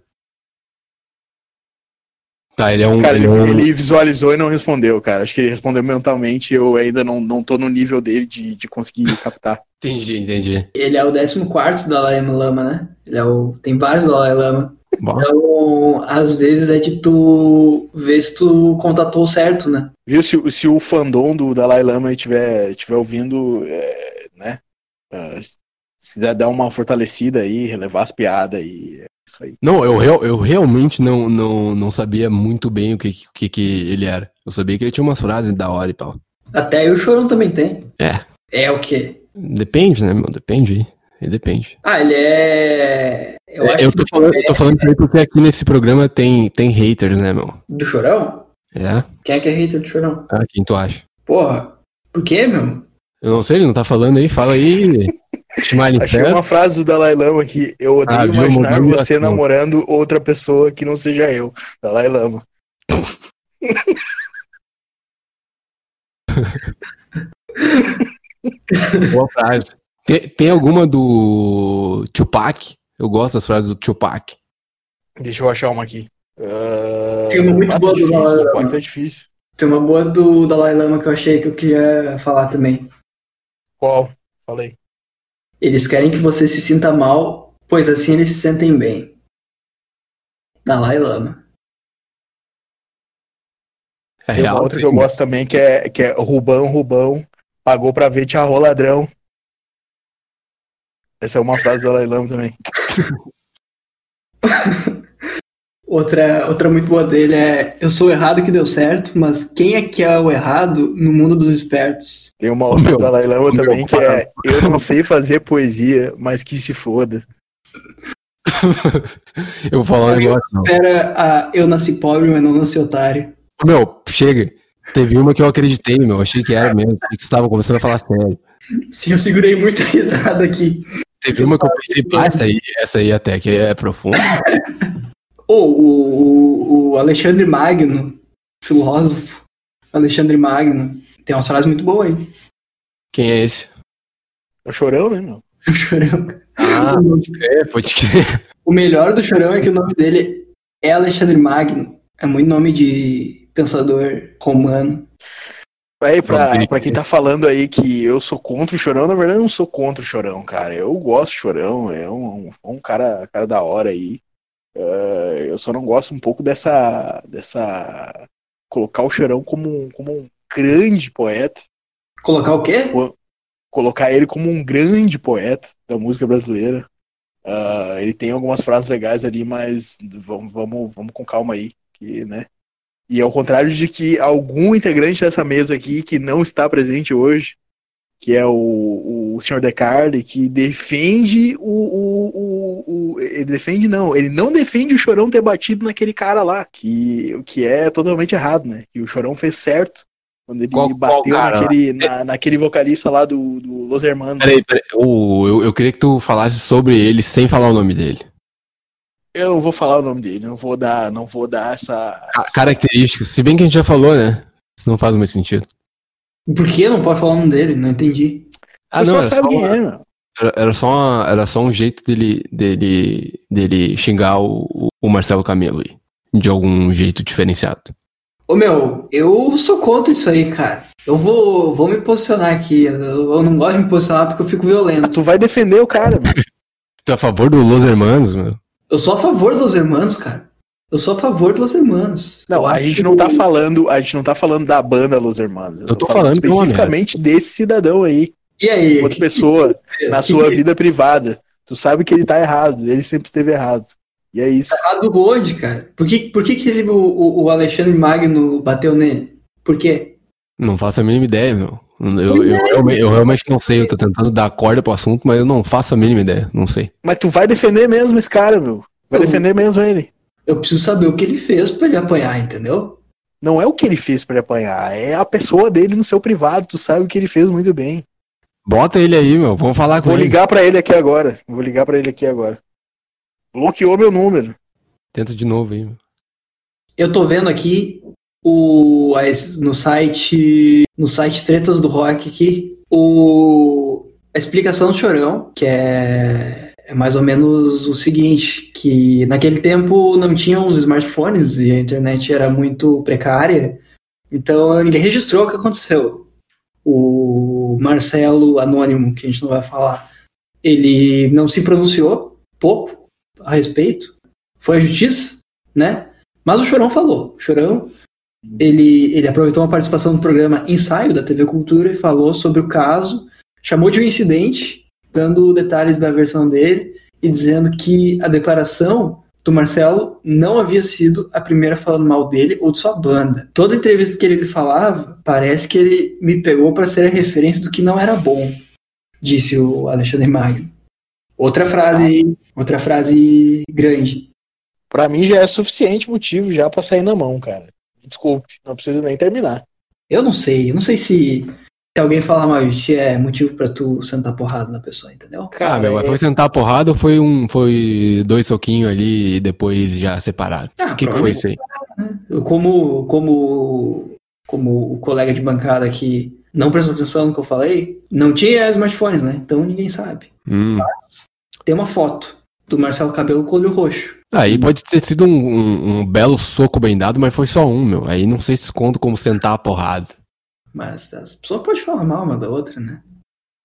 S1: Tá, ele é um.
S2: Cara,
S1: ele
S2: ele,
S1: é um-
S2: ele visualizou e não respondeu, cara. Acho que ele respondeu mentalmente. Eu ainda não, não tô no nível dele de, de conseguir captar.
S1: Entendi, entendi.
S3: Ele é o 14 Dalai Lama, né? Ele é o, tem vários Dalai Lama.
S1: Bom,
S3: Então, às vezes é de tu ver se tu contatou certo, né?
S2: Viu? Se, se o fandom do Dalai Lama estiver estiver ouvindo, é, né? Ah, se quiser dar uma fortalecida aí, relevar as piadas aí. É isso aí.
S1: Não, eu, real- eu realmente não, não, não sabia muito bem o que, que- que, que ele era. Eu sabia que ele tinha umas frases da hora e tal.
S3: Até eu, o Chorão também tem.
S1: É.
S3: É o quê?
S1: Depende, né, meu? Depende aí. É, Depende.
S3: Ah, ele é. Eu
S1: É,
S3: acho
S1: Eu,
S3: que
S1: tô
S3: do
S1: falando,
S3: Chorão-
S1: eu tô falando pra ele porque aqui nesse programa tem, tem haters, né, meu?
S3: do Chorão?
S1: É?
S3: Quem é que é hater do Chorão?
S1: Ah, quem tu acha?
S3: Porra, por quê, meu?
S1: Eu não sei, ele não tá falando aí. Fala aí. Smiley
S2: Achei
S1: Fest.
S2: uma frase do Dalai Lama aqui. Eu odeio
S1: Ah, viu?
S2: imaginar
S1: Mudou de
S2: você
S1: assunto.
S2: namorando outra pessoa que não seja eu. Dalai Lama.
S1: Boa frase. Tem, tem alguma do Tupac? Eu gosto das frases do Tupac.
S2: Deixa eu achar uma aqui. Ah,
S3: Tem uma muito
S2: tá
S3: boa do
S2: difícil,
S3: Dalai
S2: pô,
S3: Lama.
S2: tá difícil.
S3: Tem uma boa do Dalai Lama que eu achei que eu queria falar também.
S2: Qual? Falei.
S3: Eles querem que você se sinta mal, pois assim eles se sentem bem. Dalai Lama.
S1: É
S2: Tem
S1: real.
S2: uma outra que eu gosto também, que é, que é Rubão, Rubão, pagou pra ver te arrou ladrão. Essa é uma frase do Dalai Lama também.
S3: Outra, outra muito boa dele é: Eu sou o errado que deu certo, mas quem é que é o errado no mundo dos espertos?
S2: Tem uma outra
S1: Meu,
S2: do Dalai Lama
S1: meu,
S2: também, que é Eu não sei fazer poesia, mas que se foda.
S1: Eu vou falar um negócio. não.
S3: Era a "Ah, Eu nasci pobre, mas não nasci otário.
S1: Meu, chega. Teve uma que eu acreditei, meu. Achei que era mesmo. Achei que você tava começando a falar sério.
S3: Sim, eu segurei muita risada aqui.
S1: Teve uma que eu pensei, ah, essa aí, essa aí até que é profunda.
S3: Ou o, o- o Alexandre Magno, filósofo, Alexandre Magno, tem umas frases muito boas aí.
S1: Quem é esse?
S2: É o chorão, né, meu?
S3: O Chorão.
S1: Ah, pode crer, pode crer.
S3: O melhor do Chorão é que o nome dele é Alexandre Magno. É muito nome de pensador romano.
S2: Aí, pra,
S1: Pronto,
S2: pra quem tá falando aí que eu sou contra o chorão, na verdade eu não sou contra o chorão, cara. Eu gosto do chorão, é um, um- um cara, cara da hora aí. Eh, eu só não gosto um pouco dessa. dessa. colocar o chorão como um, como um grande poeta,
S3: Colocar o quê?
S2: colocar ele como um grande poeta da música brasileira. Ah, ele tem algumas frases legais ali, mas vamos, vamos, vamos com calma aí, que, né? E ao contrário de que algum integrante dessa mesa aqui que não está presente hoje, que é o, o senhor Descartes, que defende o, o, o, o- Ele defende, não. Ele não defende o Chorão ter batido naquele cara lá, que, o que é totalmente errado, né? Que o Chorão fez certo quando ele
S1: Qual- qual
S2: bateu
S1: cara lá?
S2: naquele, na- naquele vocalista lá do, do Los Hermanos.
S1: Peraí, peraí. Ô, eu, eu queria que tu falasse sobre ele sem falar o nome dele.
S2: Eu não vou falar o nome dele, não vou dar, não vou dar essa.
S1: Ca- Características. Se bem que a gente já falou, né? Isso não faz muito sentido.
S3: Por que não pode falar o nome dele? Não entendi.
S2: Ah, não,
S1: era
S2: sabe
S1: só,
S2: quem
S1: uma-
S2: é, meu.
S1: era, era só uma- era só um jeito dele, dele, dele xingar o, o Marcelo Camelo aí. De algum jeito diferenciado.
S3: Ô meu, eu sou contra isso aí, cara. Eu vou, vou me posicionar aqui. Eu, eu não gosto de me posicionar porque eu fico violento.
S2: Ah, Tu vai defender o cara, meu.
S1: Tu é a favor do Los Hermanos, meu?
S3: Eu sou a favor dos irmãos, cara. Eu sou a favor dos irmãos.
S2: Não,
S3: Eu
S2: a
S3: acho
S2: gente não tá
S3: que-
S2: falando, a gente não tá falando da banda Los Hermanos.
S1: Eu tô falando do homem,
S2: especificamente desse cidadão aí,
S3: E aí?
S2: outra
S3: que-
S2: pessoa,
S3: que-
S2: na
S3: que-
S2: sua
S3: que-
S2: vida privada. Tu sabe que ele tá errado, ele sempre esteve errado. E é isso.
S3: Ah, do onde, cara? Por que, por que, que ele, o- o, o Alexandre Magno bateu nele? Por quê?
S1: Não faço a mínima ideia, meu. Eu,
S3: Pois
S1: eu,
S3: é.
S1: realme- eu realmente não sei, eu tô tentando dar corda pro assunto, mas eu não faço a mínima ideia, não sei.
S2: Mas tu vai defender mesmo esse cara, meu. Vai
S3: Eu-
S2: defender mesmo ele.
S3: Eu preciso saber o que ele fez pra ele apanhar, entendeu?
S2: Não é o que ele fez pra ele apanhar, é a pessoa dele no seu privado. Tu sabe o que ele fez muito bem.
S1: Bota ele aí, meu, vamos falar com
S2: Vou
S1: ele.
S2: ligar pra ele aqui agora. Vou ligar pra ele aqui agora. Bloqueou meu número.
S1: Tenta de novo aí, meu. Ah,
S3: Eu tô vendo aqui o, as- no site no site Tretas do Rock aqui o, a explicação do Chorão, que é, é mais ou menos o seguinte, que naquele tempo não tinham os smartphones e a internet era muito precária, então ninguém registrou o que aconteceu. O Marcelo Anônimo, que a gente não vai falar, ele não se pronunciou pouco a respeito, foi à justiça, né? Mas o Chorão falou. O Chorão, ele, ele aproveitou uma participação do programa Ensaio da TV Cultura e falou sobre o caso, chamou de um incidente, dando detalhes da versão dele e dizendo que a declaração do Marcelo não havia sido a primeira falando mal dele ou de sua banda. Toda entrevista que ele falava, parece que ele me pegou para ser a referência do que não era bom, disse o Alexandre Magno. Outra frase, outra frase grande.
S2: Pra mim já é suficiente motivo já pra sair na mão, cara. Desculpe, não precisa nem terminar.
S3: Eu não sei, eu não sei se, se alguém falar mal de ti é motivo pra tu sentar porrada na pessoa, entendeu?
S1: Ah, meu, mas
S2: é-
S1: foi sentar a porrada ou foi um. Foi dois soquinhos ali e depois já separado?
S3: Ah,
S1: O que, que foi isso aí?
S3: né? Eu Como, como, como o colega de bancada que não prestou atenção no que eu falei, não tinha smartphones, né? Então ninguém sabe.
S1: Hum.
S3: Tem uma foto do Marcelo Cabelo com olho roxo.
S1: Aí pode ter sido um, um- um belo soco bem dado, mas foi só um, meu. Aí não sei se conta como sentar a porrada.
S3: Mas as pessoas podem falar mal uma da outra, né?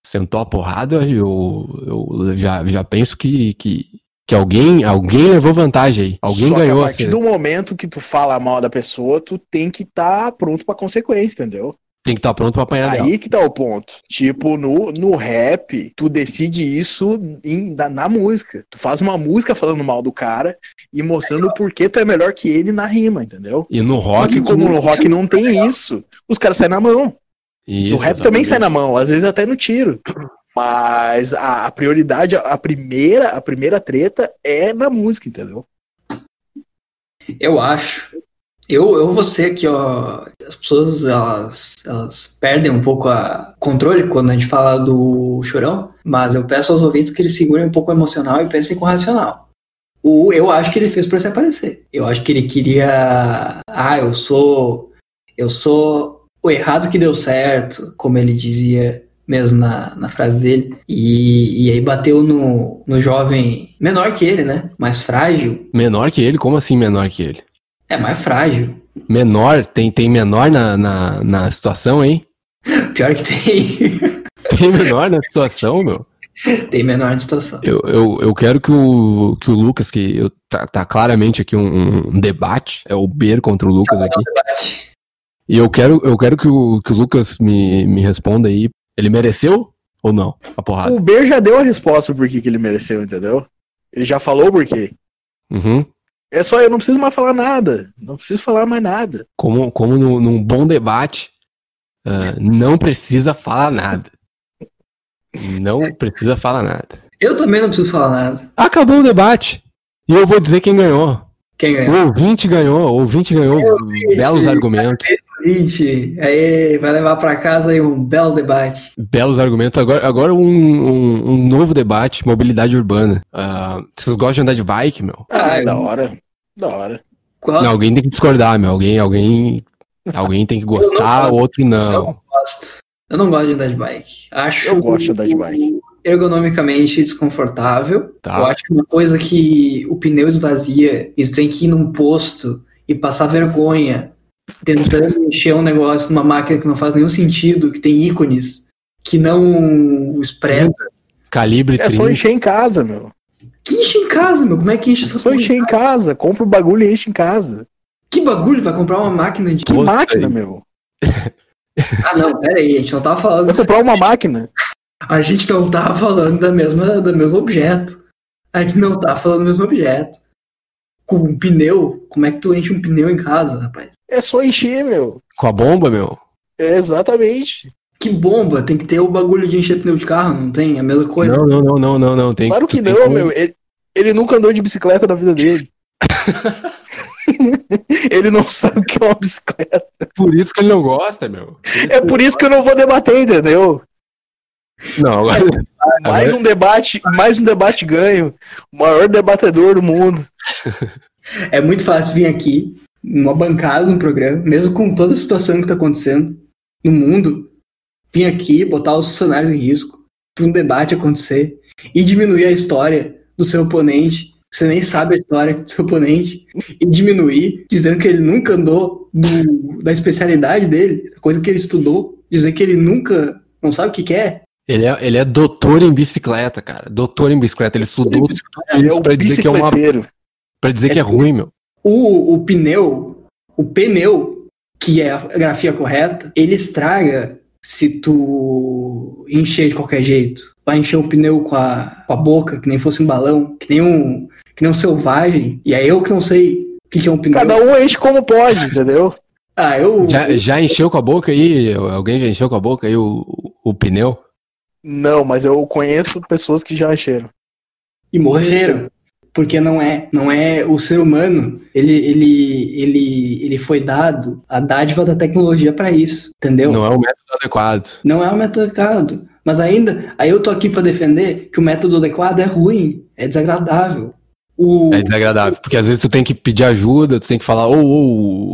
S1: Sentou a porrada, eu, eu já, já penso que, que, que alguém, alguém levou vantagem aí. Alguém
S2: Só que
S1: ganhou assim, né?
S2: A
S1: a
S2: partir do momento que tu fala mal da pessoa, tu tem que estar pronto pra consequência, entendeu?
S1: Tem que estar pronto pra apanhar dela.
S2: Aí que tá o ponto. Tipo, no, no rap, tu decide isso em- na, na música. Tu faz uma música falando mal do cara e mostrando o porquê tu é melhor que ele na rima, entendeu?
S1: E no
S2: Só
S1: rock. é
S2: que como no rock não tem isso, os caras saem na mão.
S1: Isso,
S2: No rap também
S1: exatamente.
S2: sai na mão, às vezes até no tiro. Mas a, a prioridade, a, a primeira, a primeira treta é na música, entendeu?
S3: Eu acho. Eu, eu vou ser aqui, ó. As pessoas elas, elas perdem um pouco a o controle quando a gente fala do chorão, mas eu peço aos ouvintes que eles segurem um pouco o emocional e pensem com o racional. O, eu acho que ele fez para se aparecer. Eu acho que ele queria. Ah, eu sou. Eu sou o errado que deu certo, como ele dizia mesmo na, na frase dele. E, e aí bateu no, no jovem menor que ele, né? Mais frágil.
S1: Menor que ele? Como assim menor que ele?
S3: É, mais frágil.
S1: Menor? Tem, tem menor na, na, na situação, hein?
S3: Pior que tem.
S1: Tem menor na situação, meu.
S3: tem menor de situação.
S1: Eu, eu, eu quero que o, que o Lucas, que eu- tá, tá claramente aqui um, um debate, é o Ber contra o Lucas aqui. E eu quero, eu quero que, o, que o Lucas me, me responda aí. Ele mereceu ou não a porrada?
S2: O B já deu a resposta por que que ele mereceu, entendeu? Ele já falou por quê.
S1: Uhum.
S2: É só eu não preciso mais falar nada. Não preciso falar mais nada.
S1: Como, como no- num bom debate, ah, não precisa falar nada. Não precisa falar nada.
S3: Eu também não preciso falar nada.
S1: Acabou o debate. E eu vou dizer quem ganhou.
S3: Quem
S1: O
S3: ganhou?
S1: ouvinte ganhou, o ouvinte ganhou belos argumentos.
S3: ouvinte. Aí vai levar para casa aí um belo debate.
S1: Belos argumentos. Agora, agora um, um, um novo debate, mobilidade urbana. Ah, vocês gostam de andar de bike, meu?
S2: Ah,
S3: Ah,
S2: da hora. Da hora.
S3: Gosto,
S1: Não, alguém tem que discordar, meu. Alguém, alguém, alguém tem que gostar, outro não.
S3: gosto. Eu não gosto de andar de bike. Acho
S2: Eu gosto de andar de bike.
S3: ergonomicamente desconfortável.
S1: Tá.
S3: Eu acho que uma coisa que o pneu esvazia e tu tem que ir num posto e passar vergonha tentando encher um negócio numa máquina que não faz nenhum sentido, que tem ícones, que não expressa.
S1: Calibre
S2: É
S1: 30.
S2: só encher em casa, meu.
S3: Que enche em casa, meu? Como é que enche essa
S2: Só encher em casa. Compra o bagulho e enche em casa.
S3: Que bagulho? Vai comprar uma máquina de.
S2: Que
S1: Gostei.
S2: máquina, meu.
S3: Ah, não, pera aí, a gente não tava falando.
S2: Vai comprar uma máquina.
S3: A gente não tá falando da mesma, do mesmo objeto. A gente não tá falando do mesmo objeto. Com um pneu, como é que tu enche um pneu em casa, rapaz?
S2: É só encher, meu.
S1: Com a bomba, meu?
S2: É exatamente.
S3: Que bomba, tem que ter o bagulho de encher pneu de carro, não tem? É a mesma coisa.
S1: Não, não, não, não, não, não. Tem, um
S2: Claro que
S1: tem
S2: não, meu. Ele, ele nunca andou de bicicleta na vida dele. ele não sabe o que é uma bicicleta.
S1: Por isso que ele não gosta, meu.
S2: É por isso que eu não vou debater, entendeu?
S1: Não, agora. É, né?
S2: Mais um debate, mais um debate ganho. O maior debatedor do mundo.
S3: É muito fácil vir aqui, numa bancada, num programa, mesmo com toda a situação que tá acontecendo no mundo, vir aqui, botar os funcionários em risco, pra um debate acontecer, e diminuir a história do seu oponente. Você nem sabe a história do seu oponente, e diminuir, dizendo que ele nunca andou do- da especialidade dele, coisa que ele estudou, dizer que ele nunca não sabe o que quer.
S1: Ele é, ele é doutor em bicicleta, cara. Doutor em bicicleta. Ele estudou tudo
S2: Ele é
S1: isso
S2: o
S1: pra dizer que é uma.
S2: bicicleteiro.
S1: Pra dizer que é ruim, meu.
S3: o, o pneu, o pneu, que é a grafia correta, ele estraga se tu encher de qualquer jeito. Vai encher um pneu com a, com a boca, que nem fosse um balão, que nem um, que nem um selvagem. E aí eu que não sei o que, que é um pneu.
S2: Cada um enche como pode, entendeu?
S3: Ah,
S2: É
S3: eu.
S2: um
S1: Já, já encheu com a boca aí? Alguém já encheu com a boca aí o, o pneu?
S2: Não, mas eu conheço pessoas que já encheram.
S3: e morreram. Porque não é, não é o ser humano, ele, ele, ele, ele foi dado a dádiva da tecnologia para isso, entendeu?
S1: Não é o método adequado.
S3: Não é o método adequado. Mas ainda, aí eu tô aqui pra defender que o método adequado é ruim, é desagradável. O,
S1: É desagradável. Porque às vezes tu tem que pedir ajuda, tu tem que falar, ô,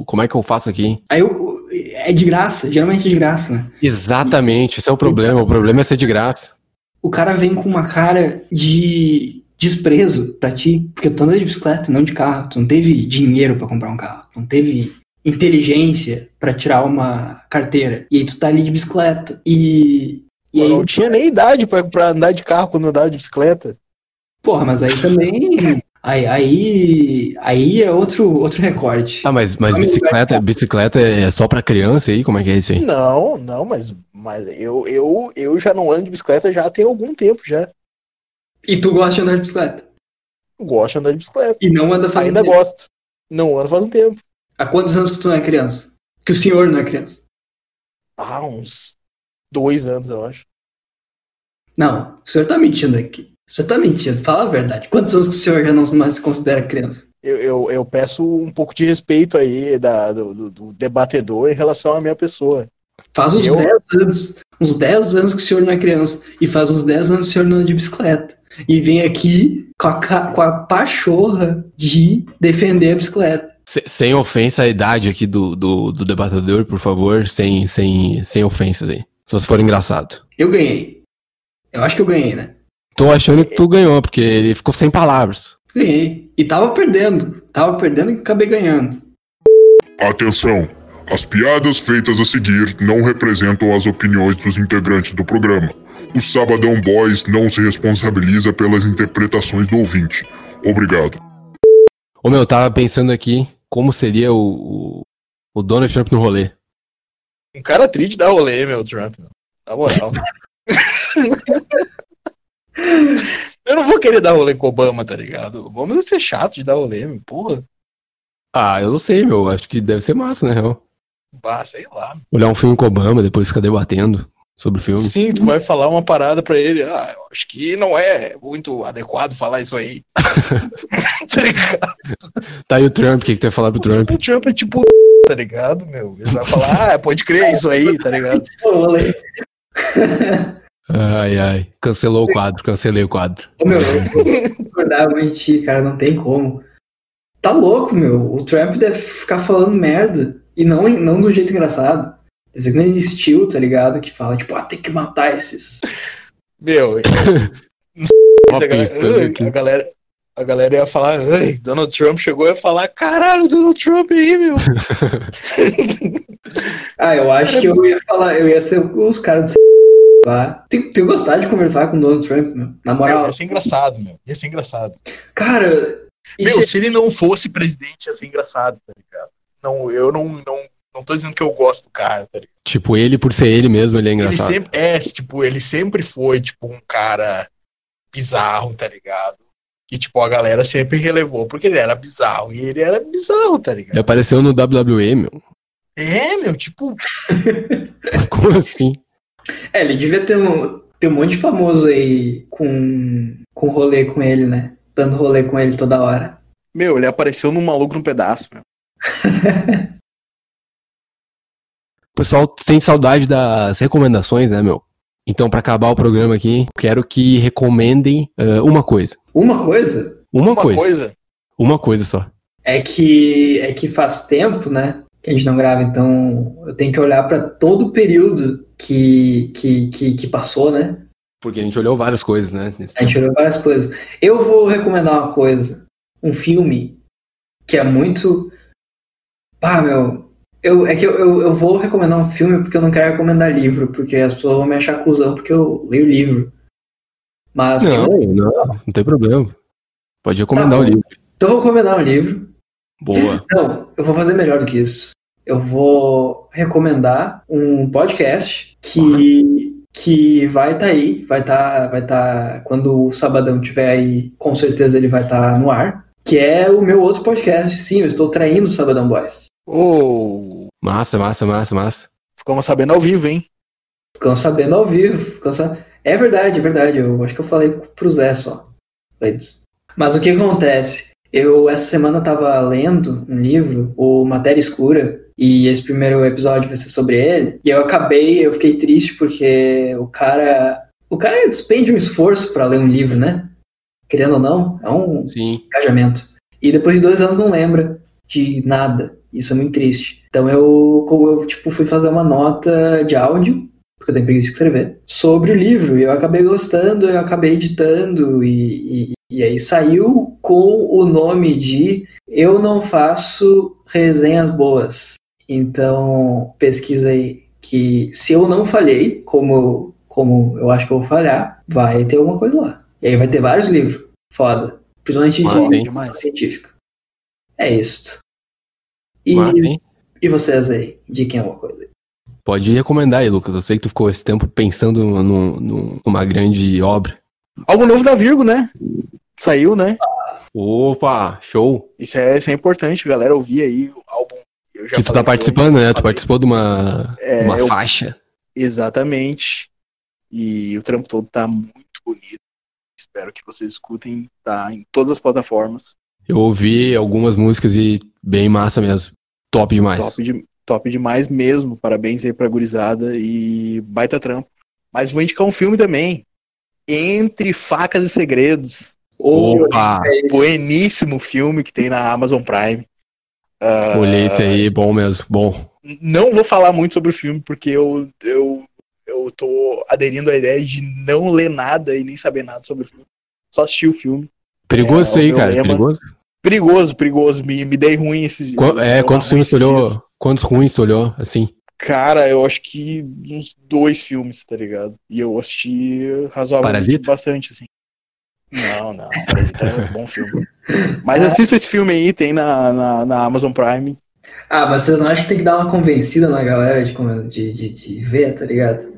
S1: ô, como é que eu faço aqui?
S3: aí eu- é de graça, geralmente é de graça. né?
S1: Exatamente, esse é o problema. O problema é ser de graça.
S3: O cara vem com uma cara de desprezo pra ti, porque tu anda de bicicleta, não de carro. Tu não teve dinheiro pra comprar um carro, tu não teve inteligência pra tirar uma carteira. E aí tu tá ali de bicicleta. E, e
S2: Eu
S3: aí,
S2: não tinha nem idade pra, pra andar de carro quando eu andava de bicicleta.
S3: porra, mas aí também. Aí, aí, aí é outro, outro recorte.
S1: Ah, mas, mas bicicleta, bicicleta é só pra criança aí? Como é que é isso aí?
S2: Não, não, mas, mas eu, eu, eu já não ando de bicicleta já tem algum tempo já.
S3: E tu gosta de andar de bicicleta.
S2: Eu Gosto de andar de bicicleta.
S3: E não anda fazendo.
S2: Ainda gosto. Não ando faz um tempo.
S3: Há quantos anos que tu não é criança? Que o senhor não é criança.
S2: Ah, uns dois anos, eu acho.
S3: Não, o senhor tá mentindo aqui. O senhor tá mentindo, fala a verdade. Quantos anos que o senhor já não mais se considera criança?
S2: Eu, eu, eu peço um pouco de respeito aí da, do, do- do debatedor em relação à minha pessoa.
S3: Faz uns
S2: Eu?
S3: 10 anos. Uns 10 anos que o senhor não é criança. E faz uns 10 anos que o senhor não anda de bicicleta. E vem aqui com a, ca- com a pachorra de defender a bicicleta.
S1: Se- sem ofensa à idade aqui do, do, do debatedor, por favor. Sem, sem, sem ofensas aí. Só se for engraçado.
S3: Eu ganhei. Eu acho que eu ganhei, né?
S1: Tô achando que tu ganhou, porque ele ficou sem palavras.
S3: Ganhei. E tava perdendo. Tava perdendo e acabei ganhando.
S4: Atenção! As piadas feitas a seguir não representam as opiniões dos integrantes do programa. O Sabadão Boys não se responsabiliza pelas interpretações do ouvinte. Obrigado.
S1: Ô meu, eu tava pensando aqui como seria o, o, o Donald Trump no rolê.
S2: Um cara triste dá rolê, meu, Trump. meu. Na moral. eu não vou querer dar rolê com o Obama, tá ligado? Obama deve ser chato de dar rolê, meu. Porra.
S1: Ah, eu não sei, meu. Acho que deve ser massa, né? real?
S2: Bah, sei lá.
S1: Olhar um filme com Obama, depois ficar debatendo sobre o filme.
S2: Sim, tu vai falar uma parada pra ele. Ah, eu acho que não é muito adequado falar isso aí. tá ligado?
S1: Tá aí o Trump, o que, que tu ia falar pro Trump?
S2: O Trump é tipo tá ligado, meu? Ele vai falar, ah, pode crer isso aí, tá ligado?
S3: Eu vou ler.
S1: Ai, ai. Cancelou o quadro, cancelei o quadro.
S3: Ô, meu, eu vou acordar, eu vou mentir, cara, não tem como. Tá louco, meu. O Trump deve ficar falando merda. E não, não do jeito engraçado. Deve ser que nem Steel, tá ligado? Que fala, tipo, ah, tem que matar esses.
S2: Meu, é,
S1: Uma
S2: a, galera,
S1: pista
S2: ai,
S1: aqui.
S2: a galera. A galera ia falar, ai, Donald Trump chegou e ia falar, caralho, Donald Trump aí, meu.
S3: Ah, eu acho que eu ia falar, eu ia ser os caras do lá. Tem, tem que gostar de conversar com o Donald Trump, meu. Na
S2: meu
S3: moral.
S2: ia ser engraçado, meu. Ia ser engraçado.
S3: Cara.
S2: Meu,
S3: isso-
S2: se ele não fosse presidente, ia ser engraçado, tá ligado? Não, eu não, não, não tô dizendo que eu gosto do cara, tá ligado?
S1: Tipo, ele, por ser ele mesmo, ele é
S2: Ele
S1: engraçado.
S2: sempre, é, tipo, ele sempre foi, tipo, um cara bizarro, tá ligado? Que, tipo, a galera sempre relevou, porque ele era bizarro, e ele era bizarro, tá
S1: Ele
S2: ligado?
S1: apareceu no WWE, meu.
S2: É, meu, tipo,
S1: Como assim?
S3: É, ele devia ter um, ter um monte de famoso aí com, com rolê com ele, né? Dando rolê com ele toda hora.
S2: meu, ele apareceu num maluco num pedaço, meu.
S1: O pessoal tem saudade das recomendações, né, meu? Então, pra acabar o programa aqui, quero que recomendem eh, uma coisa.
S3: Uma coisa
S1: Uma,
S2: Uma
S1: coisa.
S2: coisa
S1: Uma coisa só.
S3: É que é que faz tempo, né? Que a gente não grava, então eu tenho que olhar para todo o período que, que, que, que passou, né?
S1: Porque a gente olhou várias coisas, né? nesse
S3: A gente
S1: tempo.
S3: olhou várias coisas. Eu vou recomendar uma coisa, um filme que é muito. Pá, meu. Eu, é que eu, eu, eu vou recomendar um filme porque eu não quero recomendar livro, porque as pessoas vão me achar cuzão porque eu leio livro. Mas tem um-
S1: Não, não, não tem problema. Pode recomendar
S3: Tá
S1: o
S3: bom.
S1: livro.
S3: então eu vou recomendar um livro.
S1: Boa.
S3: Não, eu vou fazer melhor do que isso. Eu vou recomendar um podcast que, que vai estar aí, vai estar, vai tá, quando o Sabadão tiver aí, com certeza ele vai estar no ar, que é o meu outro podcast. Sim, eu estou traindo o Sabadão Boys.
S2: Ô,
S1: Massa, massa, massa, massa.
S2: ficamos sabendo ao vivo, hein?
S3: Ficam sabendo ao vivo. Ficam sa- É verdade, é verdade. Eu acho que eu falei pro Zé só antes. Mas o que acontece? Eu essa semana tava lendo um livro, o Matéria Escura, e esse primeiro episódio vai ser sobre ele. E eu acabei, eu fiquei triste porque o cara, o cara despende um esforço pra ler um livro, né? Querendo ou não, é um
S1: Sim.
S3: engajamento. E depois de dois anos não lembra de nada. Isso é muito triste. Então eu, como eu tipo, fui fazer uma nota de áudio, porque eu tenho preguiça de escrever, sobre o livro. E eu acabei gostando, eu acabei editando, e, e, e aí saiu com o nome de Eu Não Faço Resenhas Boas. Então pesquisa aí que se eu não falhei, como, como eu acho que eu vou falhar, vai ter alguma coisa lá. E aí vai ter vários livros. Foda. Principalmente de
S1: Massa, hein?
S2: Demais.
S3: científica. É isso. E,
S1: Massa, hein?
S3: e vocês aí, indiquem alguma coisa.
S1: Pode recomendar aí, Lucas. Eu sei que tu ficou esse tempo pensando num- num- numa grande obra.
S2: Algo novo da Virgo, né? Saiu, né?
S1: Opa, show.
S2: Isso é, isso é importante, galera, ouvir aí o álbum. Eu já
S1: que tu
S2: falei
S1: tá
S2: isso
S1: participando,
S2: antes,
S1: né? Tu
S2: falei.
S1: participou de uma,
S2: É,
S1: uma
S2: eu-
S1: faixa.
S2: Exatamente. E o trampo todo tá muito bonito. Espero que vocês escutem, tá em todas as plataformas.
S1: Eu ouvi algumas músicas e bem massa mesmo. Top demais.
S2: Top, de, top demais mesmo. Parabéns aí pra gurizada e baita trampo. Mas vou indicar um filme também. Entre Facas e Segredos.
S1: Opa,
S2: bueníssimo filme que tem na Amazon Prime. Ah,
S1: olhei isso aí, bom mesmo, bom.
S2: Não vou falar muito sobre o filme porque eu, eu, eu tô aderindo à ideia de não ler nada e nem saber nada sobre o filme. Só assistir o filme.
S1: Perigoso
S2: É,
S1: isso aí,
S2: eu
S1: cara,
S2: lembro.
S1: perigoso.
S2: Perigoso, perigoso. Me, me dei ruim esses dias.
S1: Qu- é,
S2: Deu
S1: quantos
S2: uma
S1: filmes tu
S2: ruim esses
S1: olhou?
S2: dias.
S1: Quantos ruins tu olhou, assim?
S2: Cara, eu acho que uns dois filmes, tá ligado? E eu assisti razoavelmente
S1: Parasita?
S2: bastante, assim. Não, não. Parasita é um bom filme. Mas assista esse filme aí, tem na, na, na Amazon Prime.
S3: Ah, mas vocês não acham que tem que dar uma convencida na galera de, come- de, de, de ver, tá ligado?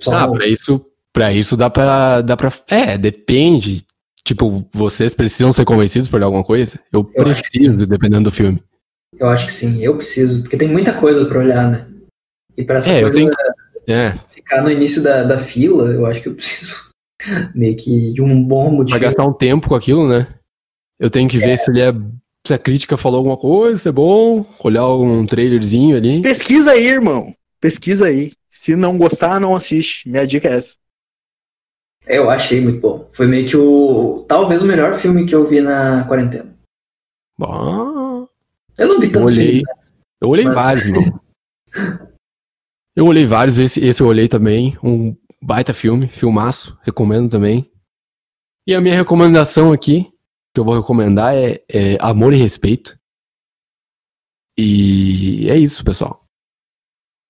S3: Só um,
S1: Ah,
S3: não-
S1: pra isso, pra isso dá pra, dá pra. É, depende. Tipo, vocês precisam ser convencidos por alguma coisa? Eu
S3: Eu acho
S1: preciso, dependendo do filme.
S3: Eu acho que sim, eu preciso, porque tem muita coisa pra olhar, né? E pra essa
S1: É, eu
S3: coisa
S1: tenho- É,
S3: ficar no início da, da fila, eu acho que eu preciso meio que de um bom
S1: pra
S3: motivo.
S1: gastar um tempo com aquilo, né? Eu tenho que ver se ele é se a crítica falou alguma coisa, se é bom, olhar um trailerzinho ali.
S2: Pesquisa aí, irmão. Pesquisa aí. Se não gostar, não assiste. Minha dica é essa.
S3: Eu achei muito bom. Foi meio que o. Talvez o melhor filme que eu vi na quarentena.
S1: Bom,
S3: Eu não vi
S1: eu
S3: tanto
S1: olhei.
S3: filme. né?
S1: Eu olhei
S3: Mas-
S1: vários, mano. Eu olhei vários, esse, esse eu olhei também. Um baita filme, filmaço, recomendo também. E a minha recomendação aqui, que eu vou recomendar, é, é Amor e Respeito. E é isso, pessoal.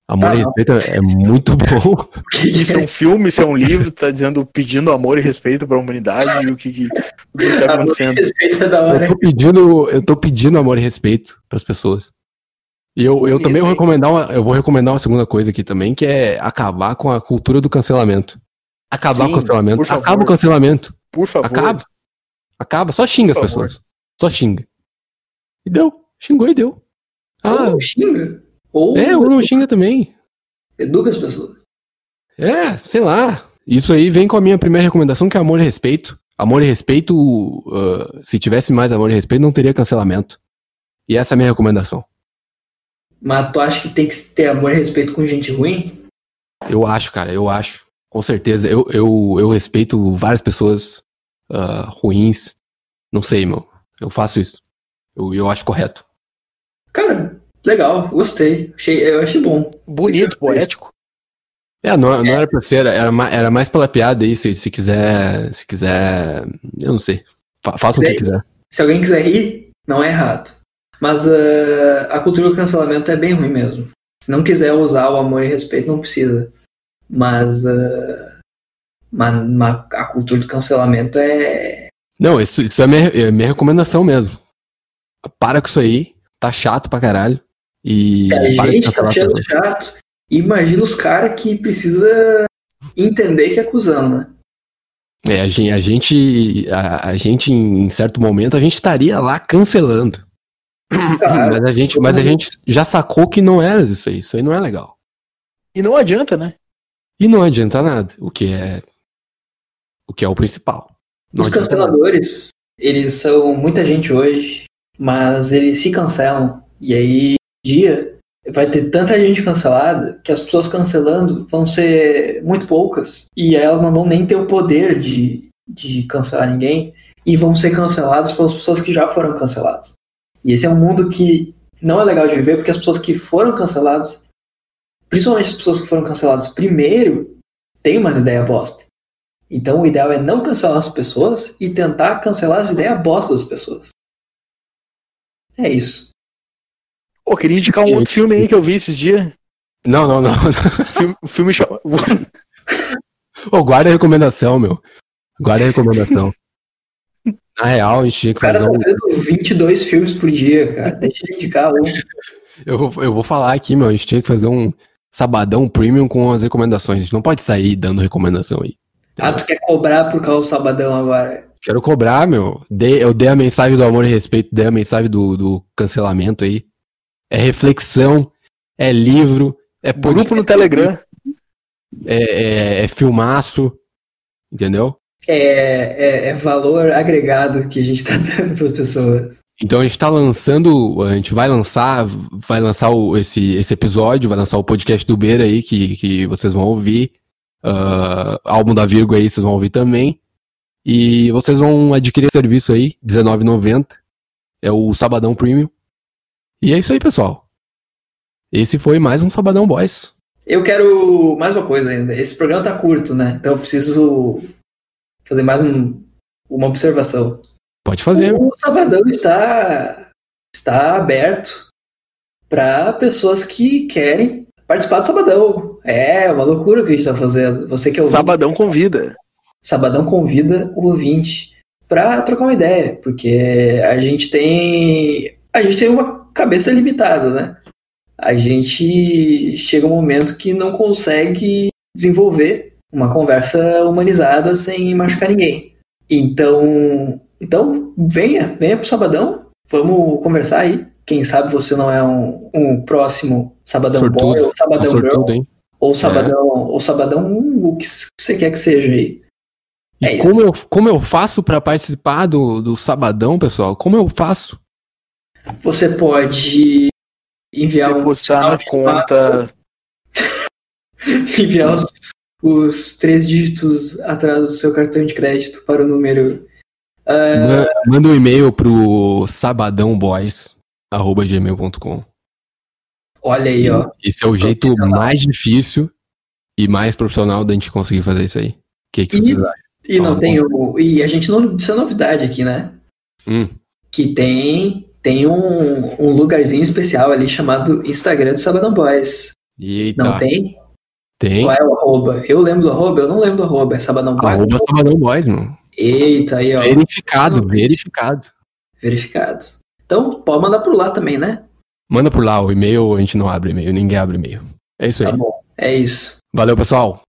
S1: Amor
S3: Tá
S1: e
S3: bom.
S1: Respeito é muito bom.
S3: O que que
S2: Isso é um filme, isso é um livro, tá dizendo pedindo amor e respeito pra humanidade e o que, que, o que que tá
S3: Amor e
S2: acontecendo.
S3: Respeito é da
S1: Eu
S3: hora.
S1: tô pedindo, eu tô pedindo amor e respeito pras pessoas. E eu, eu
S2: Bonito,
S1: também vou
S2: hein?
S1: recomendar uma, eu vou recomendar uma segunda coisa aqui também, que é acabar com a cultura do cancelamento. Acabar
S2: Sim,
S1: com o cancelamento.
S2: por favor.
S1: Acaba o cancelamento.
S2: Por favor.
S1: Acaba. Acaba. Só xinga as
S2: Por favor.
S1: pessoas. Só xinga. E deu. Xingou e deu. Ah,
S3: Ou xinga. Ou
S1: é, ou não xinga também.
S3: educa as pessoas.
S1: É, sei lá. Isso aí vem com a minha primeira recomendação, que é amor e respeito. Amor e respeito, uh, se tivesse mais amor e respeito, não teria cancelamento. E essa é a minha recomendação.
S3: Mas tu acha que tem que ter amor e respeito com gente ruim?
S1: Eu acho, cara, eu acho. Com certeza. Eu, eu, eu respeito várias pessoas ah, ruins. Não sei, irmão. Eu faço isso. Eu, eu acho correto.
S3: Cara, legal, gostei. Achei, eu achei bom.
S2: Bonito, poético.
S1: É, não, não era pra ser, era, ma- era mais pela piada aí, se, se quiser. Se quiser. Eu não sei. Fa- faça o que
S3: Sei.
S1: quiser.
S3: Se alguém quiser rir, não é errado. Mas ah, a cultura do cancelamento é bem ruim mesmo. Se não quiser usar o amor e respeito, não precisa. Mas, ah, ma- ma- a cultura do cancelamento é.
S1: Não, isso, isso é minha, é minha recomendação mesmo. Para com isso aí. Tá chato pra caralho. E.
S3: Se a
S1: para de
S3: gente tá
S1: cancelar as
S3: achando
S1: pessoas.
S3: chato, imagina os caras que precisa entender que é cuzão, né?
S1: É, a gen- a gente, a, a gente, em certo momento, a gente estaria lá cancelando.
S3: Cara,
S1: Mas a gente, mas a gente já sacou que não era isso aí. Isso aí não é legal.
S2: E não adianta, né?
S1: E não adianta nada, o que é o que é o principal. Não
S3: Os
S1: adianta nada.
S3: canceladores, eles são muita gente hoje, mas eles se cancelam. E aí, um dia, vai ter tanta gente cancelada que as pessoas cancelando vão ser muito poucas. E aí elas não vão nem ter o poder de, de cancelar ninguém. E vão ser canceladas pelas pessoas que já foram canceladas. E esse é um mundo que não é legal de viver, porque as pessoas que foram canceladas, principalmente as pessoas que foram canceladas primeiro, têm umas ideias bosta. Então o ideal é não cancelar as pessoas e tentar cancelar as ideias bosta das pessoas. É isso.
S2: Pô, queria indicar um
S1: E-
S2: outro filme aí que eu vi esses dias.
S1: Não, não, não.
S2: Filme, o filme chama.
S1: Ô, guarda a recomendação, meu. Guarda a recomendação. Na real, a gente tinha que
S3: O cara
S1: fazer
S3: tá
S1: um.
S3: vendo 22 filmes por dia, cara. Deixa ele indicar um.
S1: Eu vou, eu vou falar aqui, meu. A gente tinha que fazer um sabadão premium com as recomendações. A gente não pode sair dando recomendação aí.
S3: Ah, tu quer cobrar por causa do sabadão agora.
S1: Quero cobrar, meu. Dei- eu dei a mensagem do amor e respeito, dei a mensagem do, do cancelamento aí. É reflexão, é livro, é podcast,
S2: Grupo no Telegram.
S1: é, é, é filmaço, entendeu?
S3: É, é- é valor agregado que a gente tá dando pras pessoas.
S1: Então a gente tá lançando, a gente vai lançar, vai lançar o- esse, esse episódio, vai lançar o podcast do Beira aí, que, que vocês vão ouvir. Ah, álbum da Virgo aí, vocês vão ouvir também. E vocês vão adquirir esse serviço aí, R$19,90. É o Sabadão Premium. E é isso aí, pessoal. Esse foi mais um Sabadão Boys.
S3: Eu quero mais uma coisa ainda. Esse programa tá curto, né? Então eu preciso fazer mais um- uma observação.
S1: Pode fazer.
S3: O Sabadão está, está aberto para pessoas que querem participar do Sabadão. É uma loucura o que a gente está fazendo. Você que é ouvinte,
S2: Sabadão convida.
S3: Sabadão convida o ouvinte para trocar uma ideia, porque a gente tem a gente tem uma cabeça limitada, né? A gente chega um momento que não consegue desenvolver uma conversa humanizada sem machucar ninguém. Então, então venha, venha pro sabadão, vamos conversar aí. Quem sabe você não é um, um próximo sabadão boy
S1: Sortudo.
S3: ou sabadão girl
S1: Sortudo, hein?
S3: ou sabadão ou sabadão um, o que você quer que seja aí.
S1: E
S3: É isso.
S1: como, eu, como eu faço pra participar do, do sabadão, pessoal? Como eu faço?
S3: Você pode enviar um
S2: Depositar
S3: sinal
S2: na
S3: de
S2: conta.
S3: passo, enviar os, os três dígitos atrás do seu cartão de crédito para o número. ah,
S1: Ma- Manda um e-mail pro sabadãoboys.gmail.com.
S3: olha aí, ó.
S1: Esse é o jeito mais difícil e mais profissional da gente conseguir fazer isso aí. O que, que
S3: E-
S1: vocês acham?
S3: E não
S1: Fala,
S3: tem o. E a gente não. Isso é novidade aqui, né?
S1: Hum.
S3: Que tem, tem um, um lugarzinho especial ali chamado Instagram do Sabadão Boys.
S1: Eita,
S3: Não tem?
S1: tem.
S3: Qual é o arroba? Eu lembro do arroba? Eu não lembro do arroba. É Sabadão Boys.
S1: Arroba Sabadão Boys, mano.
S3: Eita, aí, ó.
S1: Verificado, verificado.
S3: Verificado. Então, pode mandar por lá também, né?
S1: Manda por lá o e-mail, a gente não abre e-mail, ninguém abre e-mail. É isso aí.
S3: Tá bom. É isso.
S1: Valeu, pessoal.